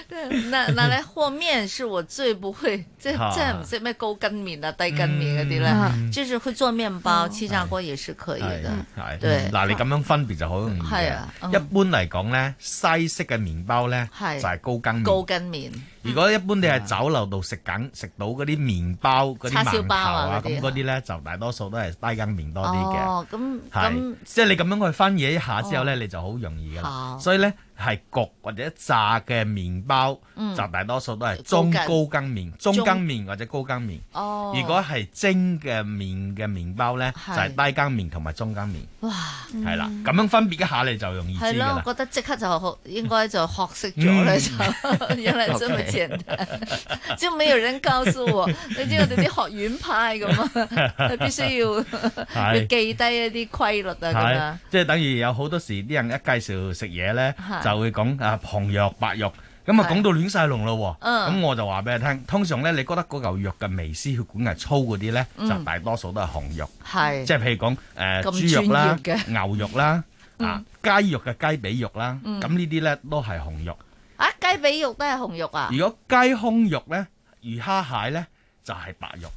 对，拿拿来和面是我最 不会，即
啊
即係唔識咩高筋面啊、低筋面嗰啲
嗯哎
咧，就是會做面包、氣炸鍋也是可以的。
係
對
嗯嗱，你咁樣分別就好容易嘅
係啊嗯
一般嚟講咧，西式嘅麵包咧就
係
係高筋
高
麵。
筋面，
如果一般你係酒樓度食緊食到嗰啲麵包、嗰啲
啊叉燒
饅頭
包啊
啊，
嗰啲
咁嗰啲咧就大多數都係低筋麵多啲嘅。
哦，咁
係
咁，
即係你咁樣去分嘢一下之後咧，
哦
你就好容易噶啦
好。
所以咧係焗或者炸嘅麵包，
嗯
就大多數都係中
高
高
筋
筋面、中筋面或者高筋面。
哦，
如果係蒸嘅面嘅麵包咧，就
係
係低筋面同埋中筋面，
哇，嗯
係啦。咁樣分別一下你就容易
係
知
咯
噶，
我
啦。
覺得即刻就學應該就學識咗啦，就
嗯
原來這麼
OK
簡 單，就沒有人告訴我，你知我哋啲學院派咁啊，你必須 要
係
要記低一啲規律啊咁
係
啊，，
即係等於有好多時啲人一介紹食嘢咧
係，
就會講啊紅肉白肉，咁啊
係
講到亂晒龍咯喎。
嗯
咁我就話俾你聽，通常咧你覺得嗰嚿肉嘅微絲血管係粗嗰啲咧，
嗯
就大多數都係紅肉。
係
即係譬如講誒
咁
豬肉啦
專業、
牛肉啦、
嗯
啊雞肉嘅雞髀肉啦，
嗯
咁呢啲咧都係紅肉。
啊雞髀肉都係紅肉啊，
如果雞胸肉咧、魚蝦蟹咧就係白肉。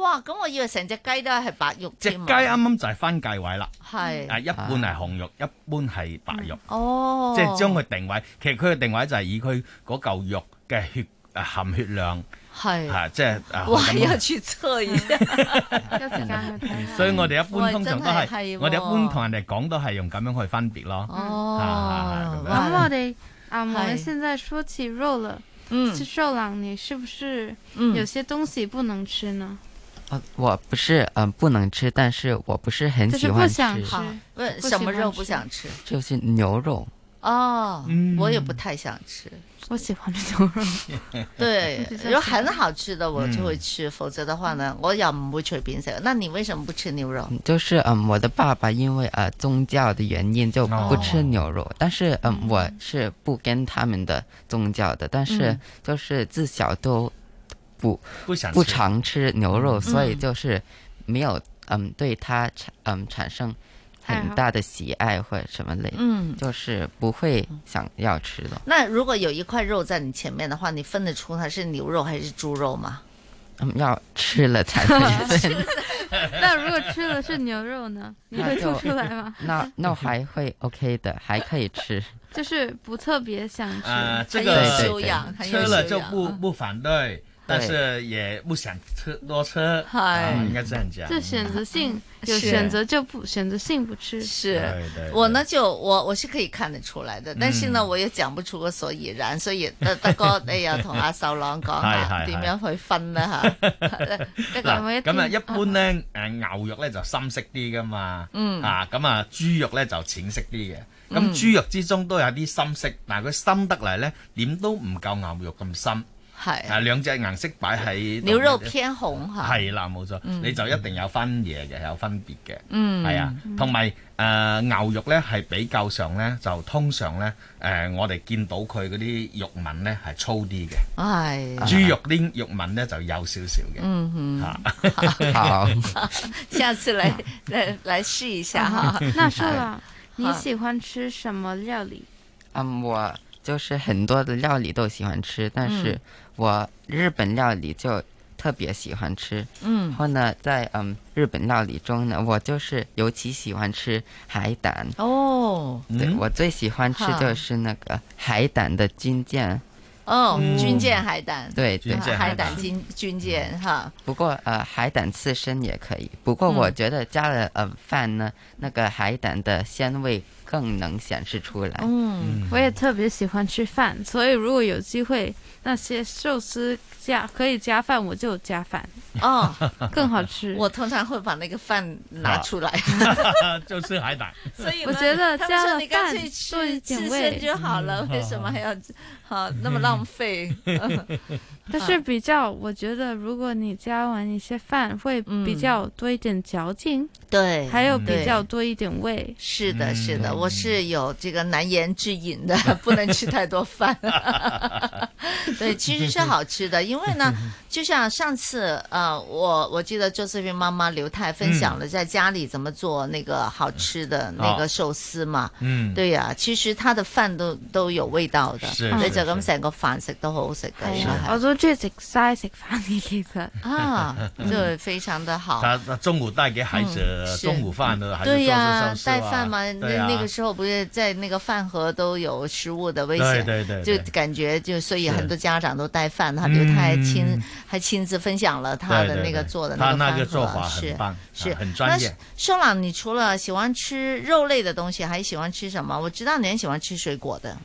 哇，咁我以為成隻雞都係白肉
只
添
雞
啊，
啱啱就係分界位啦，
係
啊一半係紅肉，一半係白肉，
哦，
即係將佢定位。其實佢嘅定位就係以佢嗰嚿肉嘅血啊含血量
係
嚇，即係啊
我
咁
要
樣
去測一下，
所以我哋一般
喂
通常都
真係係
係
喎
我哋一般同人哋講都係用咁樣去分別咯。啊
哦
係
然后得啊，我们
嗯嗨
现在说起肉了，
嗯
吃瘦郎，你是不是
嗯
有些东西不能吃呢？
哦我不是嗯、呃不能吃，但是我不是很喜欢吃，
好问什么肉不想吃？
就是牛肉。
哦，
嗯
我也不太想吃。
我喜欢吃牛 肉。，
对如果很好吃的我就会吃，否则的话
嗯
呢，我也唔会随便食。那你为什么不吃牛肉？
就是嗯，我的爸爸因为呃宗教的原因就不吃牛肉，但是嗯，我是不跟他们的宗教的，但是
嗯
就是自小都不
不想
不常吃牛肉，所以就是没有嗯对它产嗯产生很大的喜爱或者什么类，
嗯
就是不会想要吃的。
那如果有一块肉在你前面的话，你分得出它是牛肉还是猪肉吗？
嗯，要吃了才会分。
那如果吃的是牛肉 呢？你
那
会
就
吐出来吗？
那那还会 OK 的，还可以吃。
就是不特别想吃，
啊、这
哎
很
个
有修养
很有
吃了
修
就
养
不不反对，但是也不想吃多吃，啊
嗨
应该这样讲。
就选择性有
是
选择就不选择性不吃。
嗯是
对对
我 呢就我我是可以看得出來
嗯
嘅，但是呢我又講不出個所以然，所以 德德哥你又同阿秀朗講 下
係係係
啊點樣去分啦 吓。
嗱，咁啊，一般
咧
咧，誒牛肉咧就深色啲噶嘛，
嗯
啊咁啊，豬肉咧就淺色啲嘅。咁
嗯
豬肉之中都有啲深色，但係佢深得嚟咧，點都唔夠牛肉咁深。
係
啊，兩隻顏色擺喺度
牛肉
咧
偏紅吓，
係啦，冇錯，
嗯
你就一定有分嘢嘅，有分別嘅，
嗯
係啊，同埋誒牛肉咧係比較上咧就通常咧誒、呃我哋見到佢嗰啲肉紋咧係粗啲嘅，
係
豬肉啲肉紋咧就幼少少嘅，
嗯
啊
哼，
嚇
好，
下次來
啊
來來試一下哈。
那瘦了，你
好
喜欢吃什么料理？
嗯，我就是很多的料理都喜欢吃，但是
嗯
我日本料理就特别喜欢吃。
嗯
然后呢，在嗯日本料理中呢，我就是尤其喜欢吃海胆。
哦，
对，我最喜欢吃
哈
就是那个海胆的军舰。
哦，
嗯
军舰海胆，
对对
啊
军舰
海
海
胆
胆
军军舰哈，
不过呃，海胆刺身也可以。不过我
嗯
觉得加了呃饭呢，那个海胆的鲜味更能显示出来。
嗯，我也特别喜欢吃饭，所以如果有机会，那些寿司加可以加饭，我就加饭，
哦，
更好吃。
我通常会把那个饭拿出来，
就吃海膽。
所以
我
呢
觉得
他们
加
说
了
你干脆
饭多
吃
一点
刺
味
身就好
嗯
了，为什么还要好那么浪费？
但是比较，我觉得如果你加完一些饭，会比较多一点嚼劲，
对
还有比
对
较多一点味。
是的，是
嗯
的，我是有这个难言之隐的，不能吃太多饭。 对，其实是好吃的，因 为呢，就像上次呃，我我记得周思平妈妈刘太分
嗯
享了在家里怎么做那个好吃的那个寿司嘛。
啊 嗯
음.
对呀、其实她的饭都都有味道的，
是
你
是
就咁成個飯食都好好食嘅，應該係
哎我都中意食晒食飯嘅，其實
啊，就非常的好。
他他中午带给孩子
嗯是
中午饭的，还是
对
做
呀、
寿司
带饭嘛，
啊对
那
啊
那个时候不是在那个饭盒都有食物的危险，
对对对
就
对
感觉就所以
是嗯
很多家长都带饭哈，刘太亲、还亲自分享了他的
对对
那个
对
做的
他
个饭盒，啊
那个做法很
是
棒
是、
啊很专业
那盛朗，你除了喜欢吃肉类的东西，还喜欢吃什么？我知道你很喜欢吃水果的，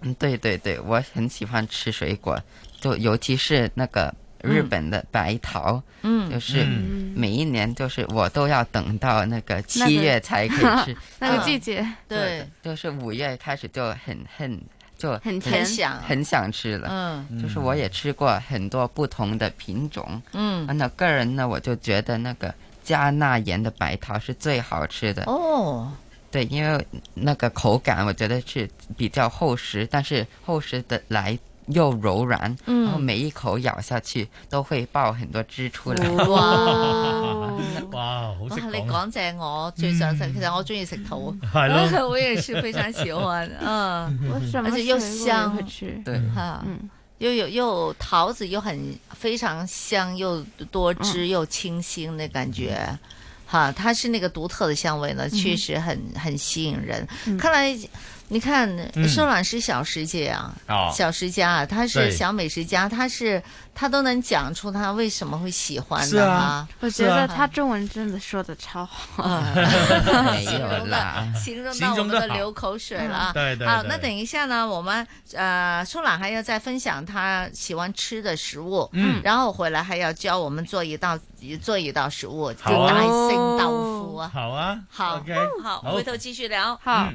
嗯，对对对，我很喜欢吃水果，就尤其是那个日
嗯
本的白桃，
嗯
就是
嗯
每一年就是我都要等到那个
那
七
个，
月才可以 吃嗯
那个季节，
嗯对，
就是五月开始就很很就
很甜想
很想吃了。
嗯
就是我也吃过很多不同的品种，啊
嗯
那个人呢，我就觉得那个加钠盐的白桃是最好吃的。
哦，
对，因为那个口感我觉得是比较厚实，但是厚实的来又柔软，
嗯
然后每一口咬下去都会爆很多汁出来。
哇
哇，好啊
哇，你講正我最想食，其實我中意食土，
嗯
係咯
我也是非常喜歡，
我
嗯
什，么
而且又
水果也
香
会，吃
对
哈，
嗯
又有又桃子又很非常香，又多
嗯
汁又清新的感觉。哈，它是那个独特的香味呢，
嗯
哼
确实很很吸引人。
嗯
看来，你看
嗯
寿朗是小吃界啊，
哦
小吃家啊，他是
对
小美食家，他是他都能讲出他为什么会喜欢
是
的
啊
哈
我觉得他中文真的说的超好。
啊
没有啦，
形容
啊形
到我
容
们
得
都
好
流口水了啊。
嗯对对
好，
对
那等一下呢，我们呃，舒朗还要再分享他喜欢吃的食物，
嗯
然后回来还要教我们做一道做一道食物，就
好啊
大兴豆腐啊。
好啊，
好嗯
OK，
好，
好
回头继续聊。
好，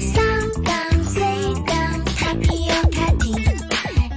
三啖四啖塔皮歐卡甜，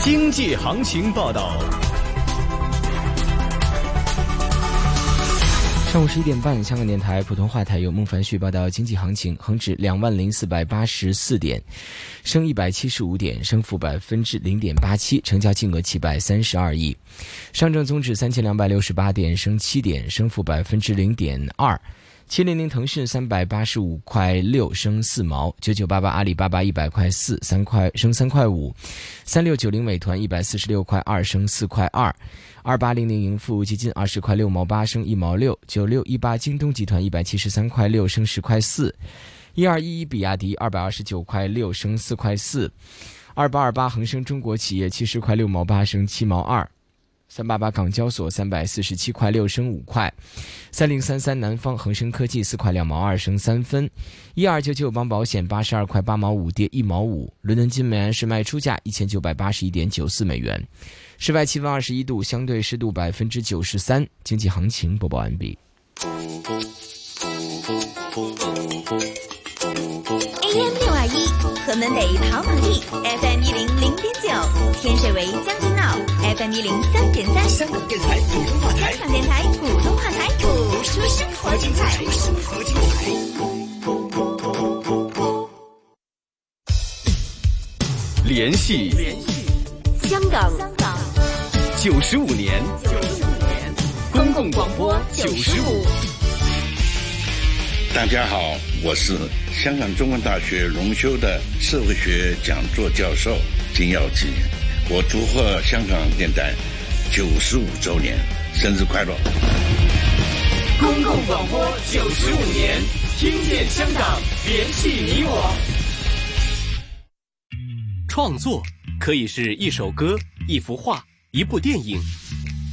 经济行情报道。
上午十一点半，香港电台普通话台由孟凡旭报道经济行情。恒指两万零四百八十四点，升一百七十五点，升幅百分之零点八七，成交金额七百三十二亿。上证综指三千两百六十八点，升七点，升幅百分之零点二。七零零腾讯三百八十五块六升四毛，九九八八阿里巴巴一百块四三块升三块五，三六九零美团一百四十六块二升四块二，二八零零盈富基金二十块六毛八升一毛六，九六一八京东集团一百七十三块六升十块四，一二一一比亚迪二百二十九块六升四块四，二八二八恒生中国企业七十块六毛八升七毛二。三八八港交所三百四十七块六升五块，三零三三南方恒生科技四块两毛二升三分，一二九九邦保险八十二块八毛五跌一毛五，伦敦金美安市卖出价一千九百八十一点九四美元，室外气温二十一度，相对湿度百分之九十三，经济行情播报完毕。
AM 六二一，河门北跑马地；FM 一零零点九，天水围将军澳；FM 一零三点三，香港电台普通话台。香港电台普通话台，播出生活精彩。生活精
彩。联系联系
香港香港
九十五年
九十五年公共广播九十五。
大家好，我是香港中文大学荣休的社会学讲座教授金耀基，我祝贺香港电台九十五周年生日快乐！
公共广播九十五年，听见香港，联系你我。
创作可以是一首歌、一幅画、一部电影，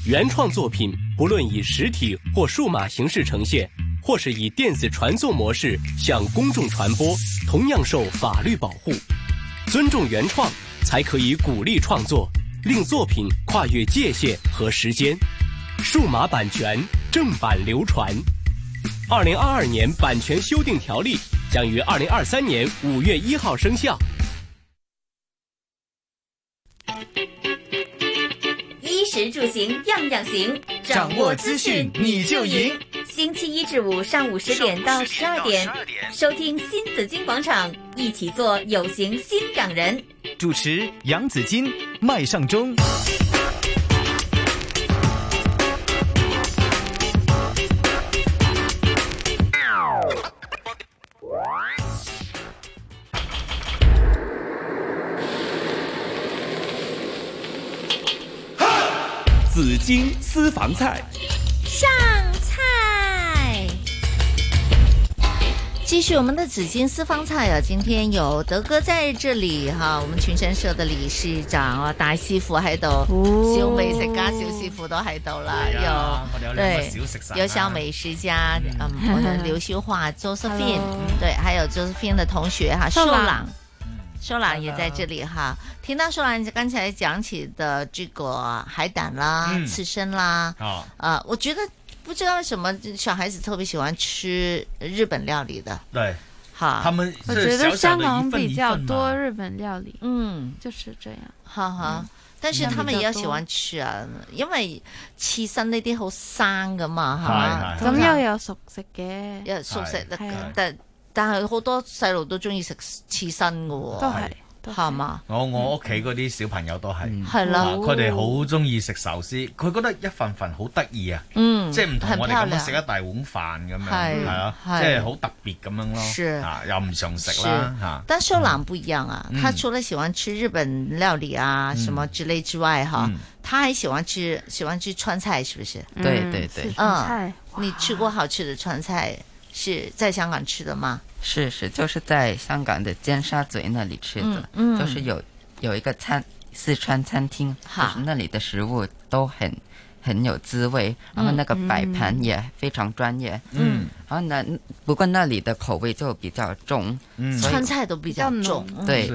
原创作品不论以实体或数码形式呈现。或是以电子传送模式向公众传播，同样受法律保护。尊重原创，才可以鼓励创作，令作品跨越界限和时间。数码版权正版流传。二零二二年版权修订条例将于二零二三年五月一号生效。
衣食住行样样行，
掌握资讯你就赢。
星期一至五上午十点到十二点，收听新紫金广场，一起做有型新港人。
主持杨紫金、麦尚中。
紫金私房菜
上。
继续我们的紫金私房菜啊，今天有德哥在这里哈、啊，我们群山社嘅理事長啊，大師傅喺度，哦、哎小美食家小師傅都喺度啦，
有對
有小美食家，嗯，嗯 我的劉秀華 Josephine，對，還有 Josephine 的同學哈，秀朗，秀朗也在這裡哈。聽到秀朗剛才講起的這個海膽啦、嗯、刺身啦，啊、呃，我覺得。不知道為什麼小孩子特別喜歡吃日本料理的，
對，
好，
他們
我覺得香港比較多日本料理，嗯，就是嗯這樣，
哈哈。但是他們也有喜歡吃啊，因為刺身呢啲好生噶嘛，
係嘛，咁又有熟食嘅，
有熟食，但但係好多細路都中意食刺身噶喎，
都係。
係嘛？
我我屋企嗰啲小朋友都係，啊
係啦，
佢哋好中意食壽司，佢覺得一份份好得意啊，
嗯，
即係唔同我哋咁樣食一大碗飯咁樣，係啊，即係好特別咁樣咯，啊，又唔常食啦嚇。
但秀朗不一樣啊，他除了喜歡吃日本料理啊什麼之類之外哈，他還喜歡吃喜歡吃川菜，是不是？
對對對，
嗯，你吃過好吃的川菜是在香港吃的嗎？
是是，就是在香港的尖沙咀那裡吃的，
嗯嗯、
就是有有一個餐四川餐廳，就是那裡的食物都很很有滋味，然後那個擺盤也非常專業。
嗯，
然後呢，不過那裡的口味就比較重，
嗯、川菜都比較重，
對。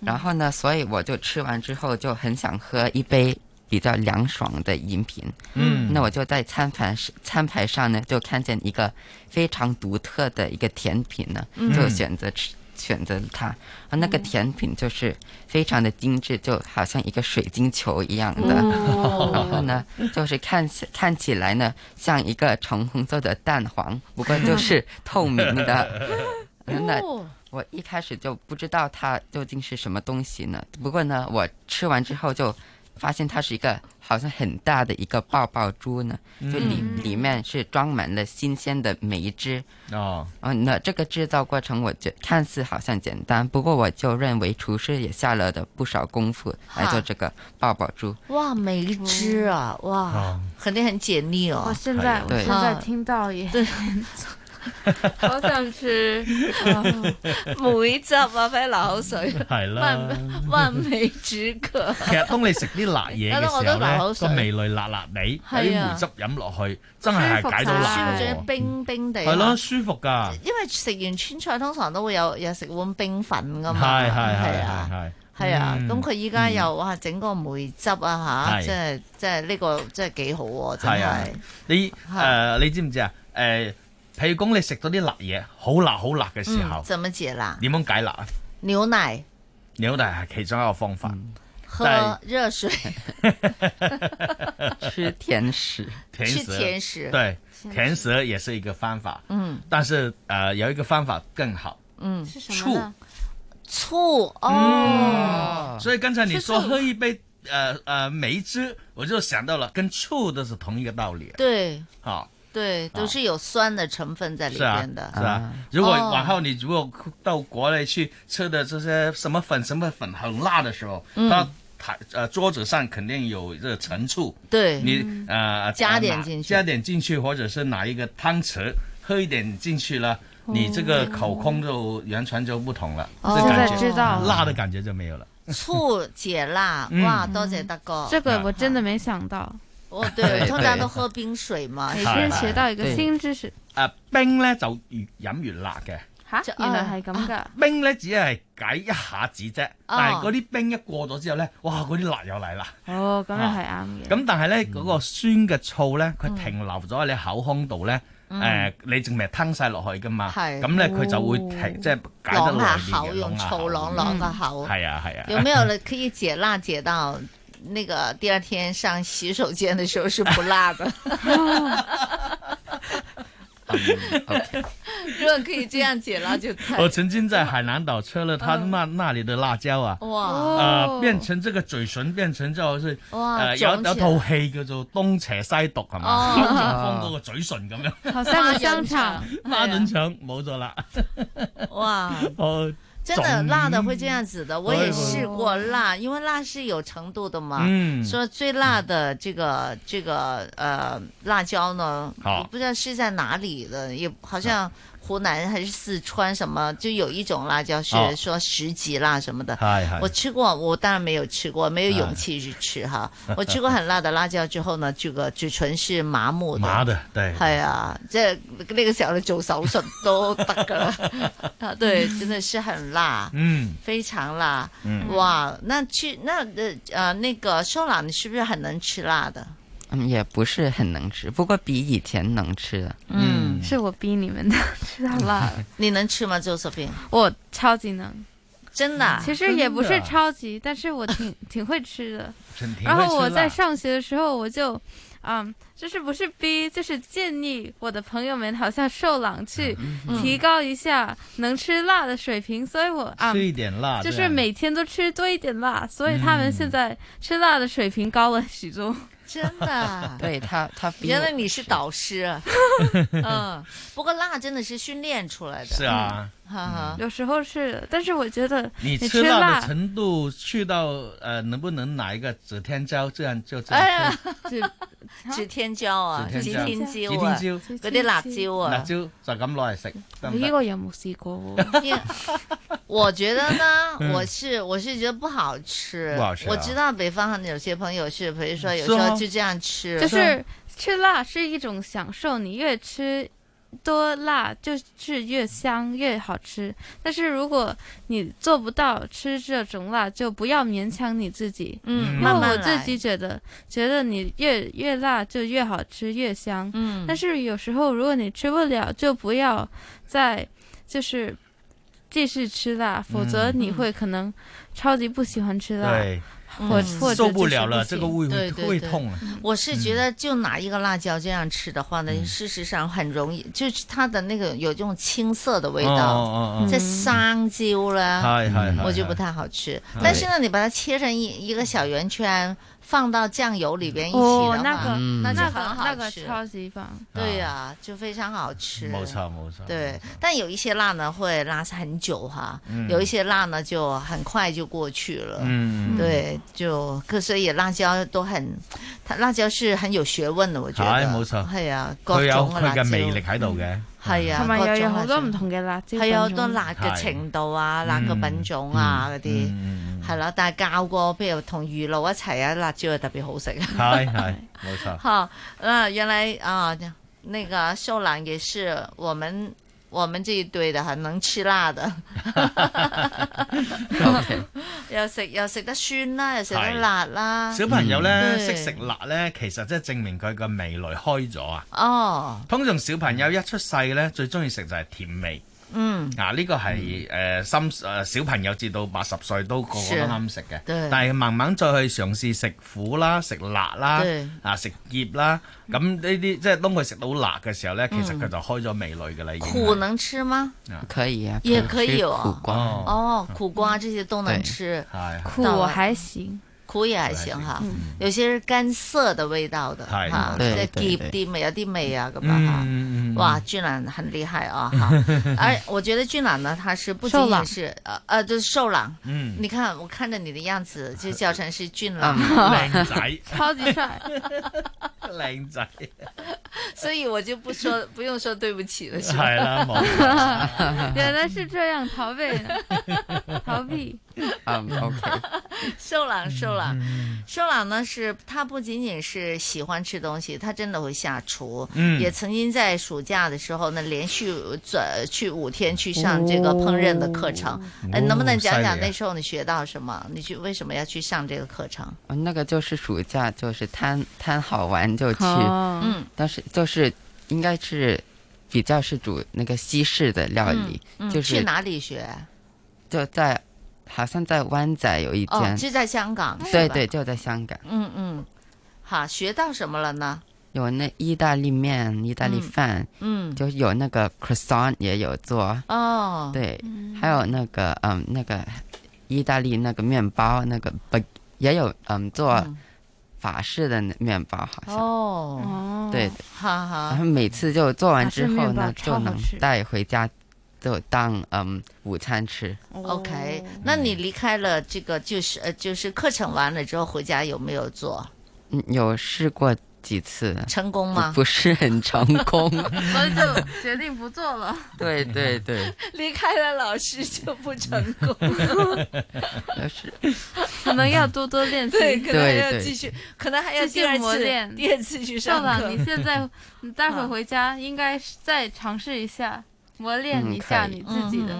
然後呢，所以我就吃完之後就很想喝一杯比較涼爽的飲品。
嗯，
那我就在餐盤餐牌上呢，就看見一個非常獨特的一個甜品呢，就選擇吃。嗯选择了它。啊，那个甜品就是非常的精致，就好像一个水晶球一样的。
哦
然后呢，就是看起看起来呢像一个橙红色的蛋黄，不过就是透明的。 嗯那
哦
我一开始就不知道它究竟是什么东西呢。不过呢，我吃完之后就发现它是一个好像很大的一个爆爆珠呢，就里
嗯
里面是装满了新鲜的梅汁。
哦，
嗯，那这个制造过程，我觉看似好像简单，不过我就认为厨师也下了的不少功夫来做这个爆爆珠。
哇，梅汁啊，哇
哦，
肯定很解腻哦。
我现在我
对
现
嗯
在听到也 好想吃。哦
每集啊，俾流水，
係啦
萬萬美止渴。
其實當你食啲辣嘢嘅
我都流
時候咧，
口水
個味蕾辣辣地，
係啊
俾梅汁飲落去，真係係解到辣
舒服
嘅
咗冰冰地。
喎，係咯，。舒服㗎，
因為食完川菜通常都會有有食碗冰粉噶
係
嘛。
係
係
係
啊。
係係，
係啊，
嗯
咁佢依家又哇整個梅汁啊吓，
係
即係即係呢個真係幾好喎，真
係啊
係。，
你誒你知唔知啊？誒，譬如講你食到啲辣嘢，好辣好辣嘅時候
嗯，，怎麼解辣？
點樣解辣啊？
牛奶
牛奶係其中一個方法，
嗯喝熱水，
吃甜食，
甜
吃
食，
甜食
对，
甜
甜食也是一个方法。
嗯
但是呃，有一个方法更好。
嗯，
是
什么呢？醋哦，
所以刚才你说
吃醋
喝一杯呃呃梅汁，我就想到了跟醋的是同一个道理。，
对
好、
对，都是有酸的成分在里
啊是啊
边的，，
是啊。如果往后你如果到国内去吃的这些什么粉什么粉很辣的时候，
嗯
它台呃桌子上肯定有这陈醋，
对
你呃
加点
拿
进去
加点进去，或者是拿一个汤匙喝一点进去了。你这个口空就完全就不同了，
哦
这感觉
现在知道了
辣的感觉就没有了。
醋解辣，
嗯
哇，多谢大哥，
这个我真的没想到。
哦，
对
对，
对
通常都喝冰水嘛，
每
是
次
吧
学到一哎个对新
知识，
啊，冰咧就越飲越辣嘅。
吓，
就
啊原來係咁噶。
冰咧只係解一下子啫，但係嗰啲冰一過咗之後咧，哇！嗰啲辣又嚟啦。
哦，咁又係啱嘅。
咁但係咧嗰個酸嘅醋咧，佢停留咗喺你口腔度咧，
嗯
誒你淨係吞晒落去噶嘛，
係嗯
咁咧佢就會停，即係解得
啷
耐
下
啲
口，
嘅
用
啷下
醋
口
啷啷个口，
啊嗯係啊係啊。
有没有了可以解辣解到那个第二天上洗手间的时候是不 辣的？
嗯
如果可以这样解辣就 太
我曾經在海南島吃了他那那裡的辣椒啊，
嗯哇
呃變成這個嘴唇變成就是，
哇
呃有
腫
有
起來
套戲叫做東邪西毒係嘛，
哦啊
東正風嗰個嘴唇咁 樣，
好
三個香腸，
孖潤腸冇咗啦，
哇！
我
真的辣的会这样子的，我
哎
也
呦
试过辣，因为辣是有程度的嘛。
嗯
说最辣的这个这个呃辣椒呢，
好
我不知道是在哪里的，也好像湖南还是四川什么，就有一种辣椒是
哦
说十级辣什么的。
嗨嗨
我吃过，我当然没有吃过，没有勇气去吃哈。我吃过很辣的辣椒之后呢，这个嘴唇是麻木的。
麻的對。
系啊，即系呢个时候你做手术都得噶啦。啊，对，真的是很辣，
嗯
非常辣。
嗯
哇，那去那呃呃那个瘦朗，你是不是很能吃辣的？
嗯，也不是很能吃，不过比以前能吃了。
嗯
是我逼你们的， 吃到辣了。
你能吃吗，Josephine？
我超级能，
真的啊
其实也不
真
是
的啊
超级，但是我挺 挺会吃的。
真挺
然
会
后我
吃
在
辣
上学的时候，我就，嗯，就是不是逼，就是建议我的朋友们，好像受朗去
嗯
提高一下能吃辣的水平，所以我啊，
吃一点辣
就
这
是
样
每天都吃多一点辣，所以他们现在吃辣的水平高了许多。
嗯真 的啊
对他，他比
原
我
来你是导师啊，嗯，不过辣真的是训练出来的。
是啊
嗯，哈哈，
有时候是的，但是我觉得
你
吃
吃辣的程度去到呃，能不能拿一个指天椒这样就这
哎
样
呀
吃？，
指指天椒啊，指
指天椒
天椒啊，
指天
嗰啲辣椒
辣
啊，
椒就咁攞嚟食得唔
哎
呢
得？
个有冇试过喎？
我觉得呢，
嗯
我是我是觉得不好吃，
不好吃啊
我知道北方有些朋友
嗯
是，比如说有
是
时
啊
候就这样吃，
就是吃辣是一种享受，你越吃多辣就是越香越好吃。但是如果你做不到吃这种辣，就不要勉强你自己。
嗯
因为
慢慢
我自
来
己觉得觉得你越越辣就越好吃越香。
嗯
但是有时候如果你吃不了，就不要再就是继续吃辣，否则
嗯
你会可能超级不喜欢吃辣。
对，
或
哎
或者
受不
就是
了了，
行
这个胃会
对对
会
对
痛啊。
我是觉得就拿一个辣椒这样吃的话呢，
嗯
事实上很容易，就是它的那个有一种青涩的味
哦哦
道
哦，
这生椒啦
是是是，
我就不太好吃
对。
但是呢，你把它切成一一个小圆圈，放到酱油里边一起
哦，
的
那个
话，嗯
那
就
个
很
那
好
个
吃。
超级棒，
啊
对呀，就非常好吃。
冇錯冇錯
对，但有一些辣呢会辣很久哈
嗯，
有一些辣呢就很快就过去了。
嗯
对，就可所以辣椒都很，它辣椒是很有學問的，我覺得。
係冇錯
係啊，各
哎佢有
種嘅
佢
辣
嘅嗯
椒
魅力喺度嘅。
係啊，
同埋又
各種
有
辣
好
椒
多唔同嘅辣椒
係有好
品
多
種啊
辣嘅
係
程度啊，
嗯
辣嘅品種啊嗰啲，係啦。但係教過，譬如同魚露一齊啊，辣椒係特別好食。
係係冇錯。
好，那原來啊，那個秀蘭也是我們我們這一堆的哈，能吃 辣的，又嗯 食又食得酸啦，又食得
係
辣啦。嗯
小朋友
嗯
咧
對
識食辣咧，其實即係證明佢個味蕾開咗啊。
哦，
通常小朋友一出世咧，最中意食就係甜味。
嗯，
啊！呢、個係誒深誒小朋友至到八十歲都個個
是
都啱食嘅，
對
但係慢慢再去嘗試食苦啦、食辣啦
對、
啊食醃啦，咁呢啲即係當佢食到辣嘅時候咧，其
嗯
實佢就開咗味蕾嘅啦，已經
苦能吃嗎？
可以啊，
也
可
可
以
以
吃
哦
苦瓜。
哦，苦瓜这些都能
对
吃，
嗯
苦
到
我
了
还行，
苦也还行哈
嗯，
有些是乾涩的味道的
係
哈，即
對
係
對
澀啲味有啲味啊咁啊哈。
嗯
哇，俊朗很厲害啊哈！ 而我覺得俊朗呢，他是不僅
瘦朗
僅是呃呃，就是瘦朗。
嗯
你看我看着你的樣子，就叫成是俊朗，
靚 仔，
超級帥，
哦
靚仔，
所以 我就不 說不用說對不起了，是吧？
哎
係啦，冇 錯
原來是這樣逃避呢，逃避。
嗯，OK，
瘦朗，瘦朗，瘦朗呢是他不仅仅是喜欢吃东西，他真的会下厨。
嗯
也曾经在暑假的时候呢，连续转去五天去上这个烹饪的课程。呃，能不能讲
哦
讲
犀利啊
那时候你学到什么？你去为什么要去上这个课程？
哦那个就是暑假，就是贪贪好玩就去，
哦嗯，
但是就是应该是比较是煮那个西式的料理，
嗯，
就是
去哪里学？
就在好像在湾仔有一
哦
间，，
就在香港。是
对
吧
对，。就在香港
嗯嗯，好，学到什么了呢？
有那意大利面、意大利
嗯
饭，
嗯
就有那个 croissant 也有做，
哦
对，
嗯
还有那个嗯那个意大利那个面包那个不也有嗯做法式的那面包好像，
哦，
对的
哈
然
哈，
后每次就做完
法式
之后
面包
呢，
超
就
好
能
吃
带回家，就当嗯午餐吃。
哦
OK，那你离开了这个就是呃就是课程完了之后回家有没有做？
嗯，有试过几次，
成功吗
不不是很成功。
所以就决定不做了。
对对对，
离开了老师就不成功，
就是
可能要多多练习，
对，可能还
对
要
对
继续，可能还要
继
第
续
二
磨
次
练，
第二次去上
校长
课。
你现 在，你待会儿回家应该是再尝试一下，磨练
嗯
一下
可以
你自己的。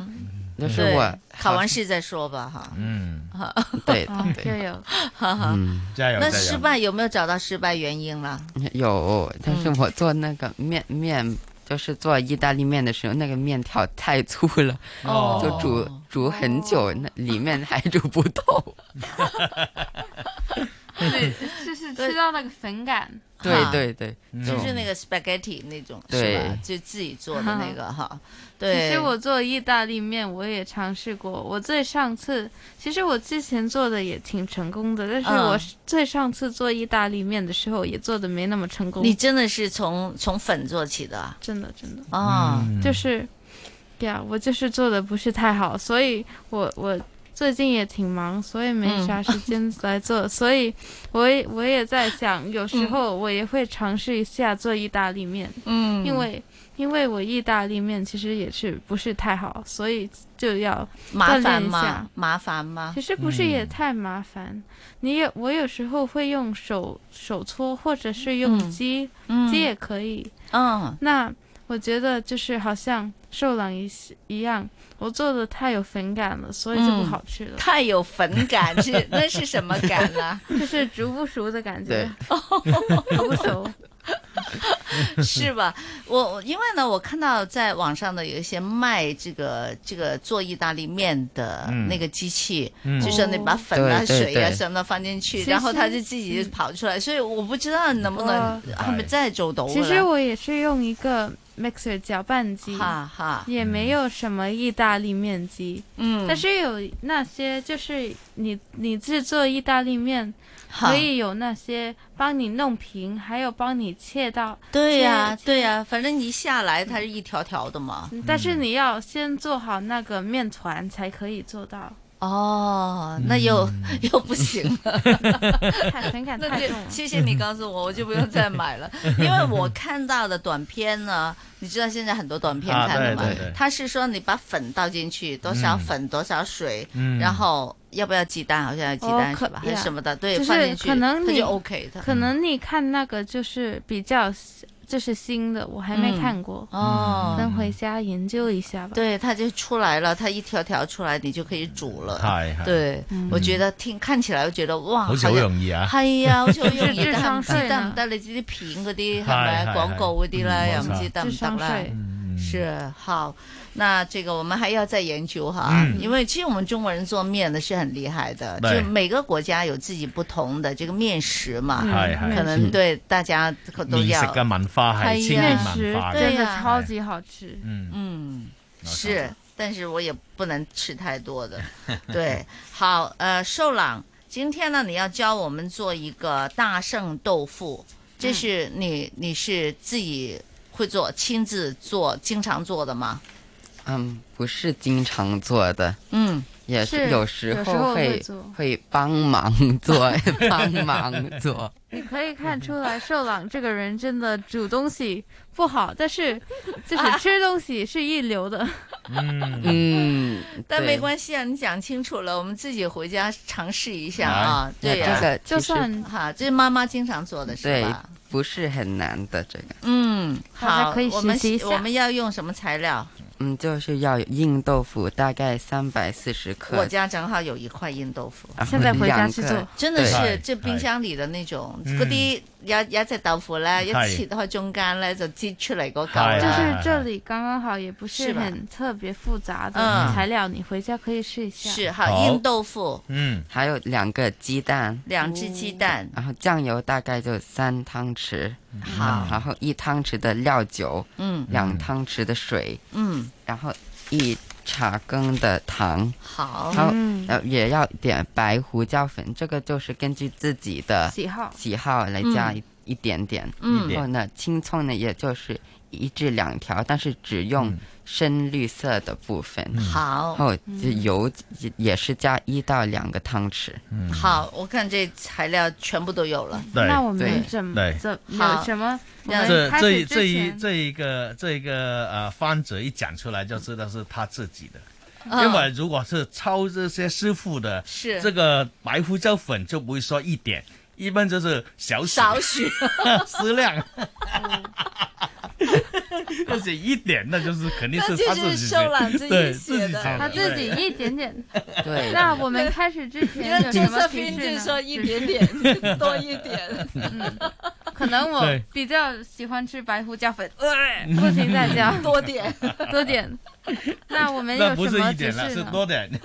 就是
嗯对
我
考 完试再说吧，哈。
嗯，
哈
对
啊
对
加 油，
哈哈。
嗯
加
那失败有没有找到失败原因了？
有，但
嗯
是我做那个面、面，就是做意大利面的时候，那个面条太粗了，
哦
就煮煮很久，那里面还煮不 透。
对，就是吃到那个粉感。
对
哈
对对，
就是那个 spaghetti 那种是
对
吧？就自己做的那个哈。对，
其实我做意大利面，我也尝试过。我最上次，其实我之前做的也挺成功的，但是
嗯
我最上次做意大利面的时候，也做的没那么成功。
你真的是从从粉做起的啊，
真的真的
哦，
啊就是，呀，我就是做的不是太好，所以我我最近也挺忙，所以没
嗯
啥时间来做，所以我也我也在想，有时候我也会尝试一下做意大利面，
嗯
因为因为我意大利面其实也是不是太好，所以就要
麻
锻
烦
炼一下
吗？。麻烦吗？
其实不
嗯
是也太麻烦，你有我有时候会用手手搓，或者是用
嗯
机、
嗯
机也可以。
嗯，
那我觉得就是好像瘦狼一些一样，我做的太有粉感了，所以就不
嗯
好吃了。
太有粉感是那是什 么感呢、啊
哦就是煮不熟的感觉
对，
煮不熟。
是吧？我因为呢，我看到在网上呢有一些卖这个这个做意大利面的那个机器，
嗯
就是你把粉啊、
哦
水
对
啊
对
什么的放进去，
其实嗯
然后它就自己就跑出来。所以我不知道能不能
嗯
我
哎
系咪真系做到㗎
呃其
啦。
实我也是用一个 mixer 搅拌机，
哈哈
也没有什么意大利面机，
嗯
但是有那些就是你你制作意大利面，
哈
可以有那些帮你弄平，还有帮你切到，
对呀、
切嗯
对呀、反正一下来它是一条条的嘛。
但是你要先做好那个面团才可以做到，
哦，那又、又不行啊 了，
很感
那
太
就
重了
谢谢你告诉我，我就不用再买 了，因为我看到的短片呢，你知道现在很多短片
啊
看的
对
嘛，
对对
它是说你把粉倒进去多少粉、多少水，
嗯
然后要不要鸡蛋？好像要鸡蛋、
哦
是
可
吧？还是
呀
什么的？对，
就是
放进去，
可能
它
你
就 OK 的。
可能你看那个就是比较就是新的，我还没看过，
嗯哦
等回家研究一下吧。
嗯对，它就出来了，它一条条出来，你就可以煮了。
係係
对
嗯，
我覺得聽看起來，我覺得哇，
好似好容易啊
哦係啊，好似好 容易，
智
但係
商
唔
税呢
知得唔得？你知啲片嗰啲
係
係
係
咪廣告嗰啲
嗯
咧，
冇
又唔
錯嗯
知得
智
唔得
商
啦
税？
是好，那這個我們還要再研究哈，
嗯
因為其實我們中國人做面呢是很厲害的，
對
就每個國家有自己不同的這個面食嘛，
係係
可能
嗯
對大家可都
面
要
食嘅文化係千年文化嘅，
啊對
真的
呀
超级好吃。
嗯
嗯，是，但是我也不能吃太 多的。 对，好，呃，瘦朗，今天呢，你要教我们做一个大圣豆腐，
嗯
这是你、你是自己会做，亲自做，经常做的吗？
嗯，不是经常做的，
嗯，
也
是
有时
有时候会
候会
做
会帮忙 做，帮忙做。
你可以 看出来，瘦朗这个人真的煮东西不好，但是就是
啊
吃东西是一流的。
嗯，
但没
对
关系啊，你讲清楚了，我们自己回家尝试一下啊
哎。
对呀、
那这个其实
就算哈，这是妈妈经常做的 是
对
吧？，
不是很难的这个。
嗯，
大家
好
可以，
我
学
们
习一下
我们要用什么材料？
嗯，就是要有硬豆腐，大概三百四十克。
我家正好有一块硬豆腐
啊，现在回家去做两个
真的是
对
即係冰箱里的那種
嗯
嗰啲有有一隻豆腐咧，一
係
切開中間咧就擠出嚟嗰
就
嚿啊
是
啦。
这里刚刚好，也不
是
是
吧
很特别复杂的
嗯
材料，你回家可以试一下。
是好硬豆腐，
嗯，还有两个鸡蛋，哦
兩隻
哦
雞蛋，嗯
然后酱油大概就三汤匙，
好
然后一汤匙的料酒，
嗯
两汤匙的水，
嗯，
然后一茶羹的糖，
好
然后
嗯
呃也要点白胡椒粉，这个就是根据自己的
喜好
喜好来加一一点点，
嗯
然后呢青葱呢也就是一至两条，但是只用深绿色的部分，
好嗯
然后就油也也是加一到两个汤匙，嗯
好，我看这材料全部都有了。
对那我们对
怎
么
对
怎
好
有什么？我
这
们开
这
始
一这
之
一
前，
这一个这一个呃方子一讲出来就知道是他自己的。
嗯
因为如果是抄这些师傅的，
是
这个白胡椒粉就不会说一点，一般就是少许
少许
适 量，而且一点那就是肯定是他
那就
自
是
己
瘦朗自己
对
写
己抄的，
他自己一点点。
对
那我们开始之前有什
朱
么
瑟
提
芬
示
就
呢？嗯
说一 点点多一点，
可能我
对
比较喜欢吃白胡椒粉，呃、不行再加
多点
多点。那我们
那
有
不
什
是
么
一
提
点
示
了，是
呢？
多 点。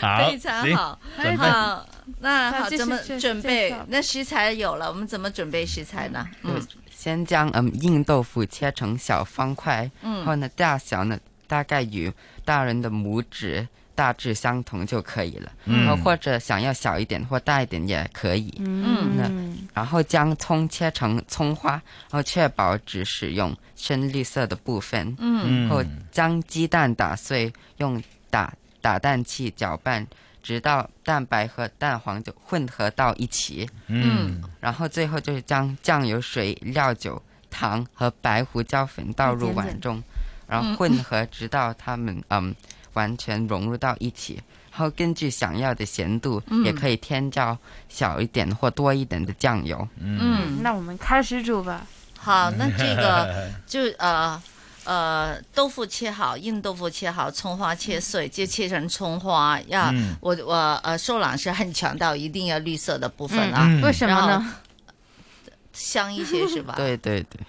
好，
非常
行
好，
准备
哎好，那
好
好，
继续
怎么
介
准
介
备
绍？
那食材有了，我们怎么准备食材呢？嗯，
先将嗯硬豆腐切成小方块，
嗯
然后呢大小呢大概与大人的拇指大致相同就可以了，
嗯
然后或者想要小一点或大一点也可以，
嗯
那然后将葱切成葱花，然后确保只使用深绿色的部分，
嗯嗯
然后将鸡蛋打碎，用打打蛋器搅拌，直到蛋白和蛋黄就混合到一起，
嗯，
然后最后就是将酱油、水、料酒、糖和白胡椒粉倒入碗
嗯
中，然后混合直到它 们嗯完全融入到一起。然后根据想要的咸度，
嗯
也可以添加小一点或多一点的酱油。
嗯，那我们开始煮吧。
好，那这 个就呃呃，豆腐切好，硬豆腐切好，葱花切碎，就切成葱花。要、
嗯
我我呃，瘦朗是很强调一定要绿色的部分啊，
嗯嗯为什么呢
然后？香一些是吧？
对对对，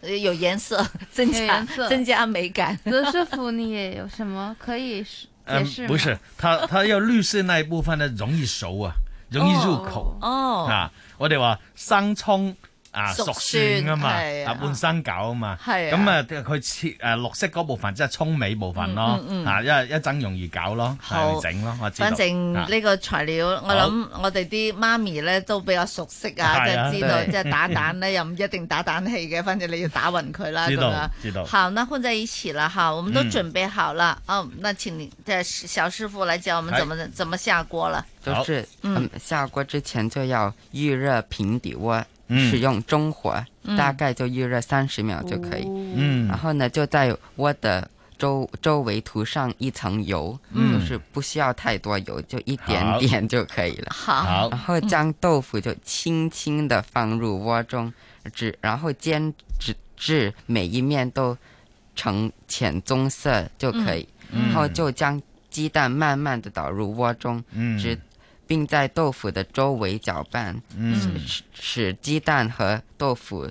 呃有颜色，增
有
加
颜色
增加美 感。
罗师傅，你也有什么可以是解
嗯
释，吗？
不是，它它要綠色那一部分呢，容易熟啊，容易入口。
哦
啊，我哋話生葱啊，
熟
熟
蒜
蒜啊嘛，
係啊
啊半生搞啊嘛，
係啊
咁啊佢切誒綠色嗰部分即係葱尾部分咯
嗯嗯嗯，
啊一一陣容易搞咯，
好
係整咯，我知道。
反正
啊
呢個材料，我諗我哋啲媽咪咧都比較熟悉啊，即
係啊
係知道，
對
即係打蛋咧又唔一定打蛋器嘅，反正你要打勻佢啦，
知
咁
道
樣。
知道
好，那混在一起了哈，我們都
嗯
準備好了。哦，那請你的小师傅來教我們
哎
怎么怎么下锅了。
就是
嗯
嗯，下锅之前就要预热平底锅，
嗯
使用中火，
嗯
大概就预热三十秒就可以。
嗯
然后呢，就在锅的周周围涂上一层油，
嗯
就是不需要太多油，就一
好
点点就可以了。
好好
然后将豆腐就轻轻的放入锅中，只然后煎至至每一面都呈浅棕色就可以，
嗯
然后就将鸡蛋慢慢的倒入锅中，
嗯
直并在豆腐的周围搅拌，
嗯
使使鸡蛋和豆腐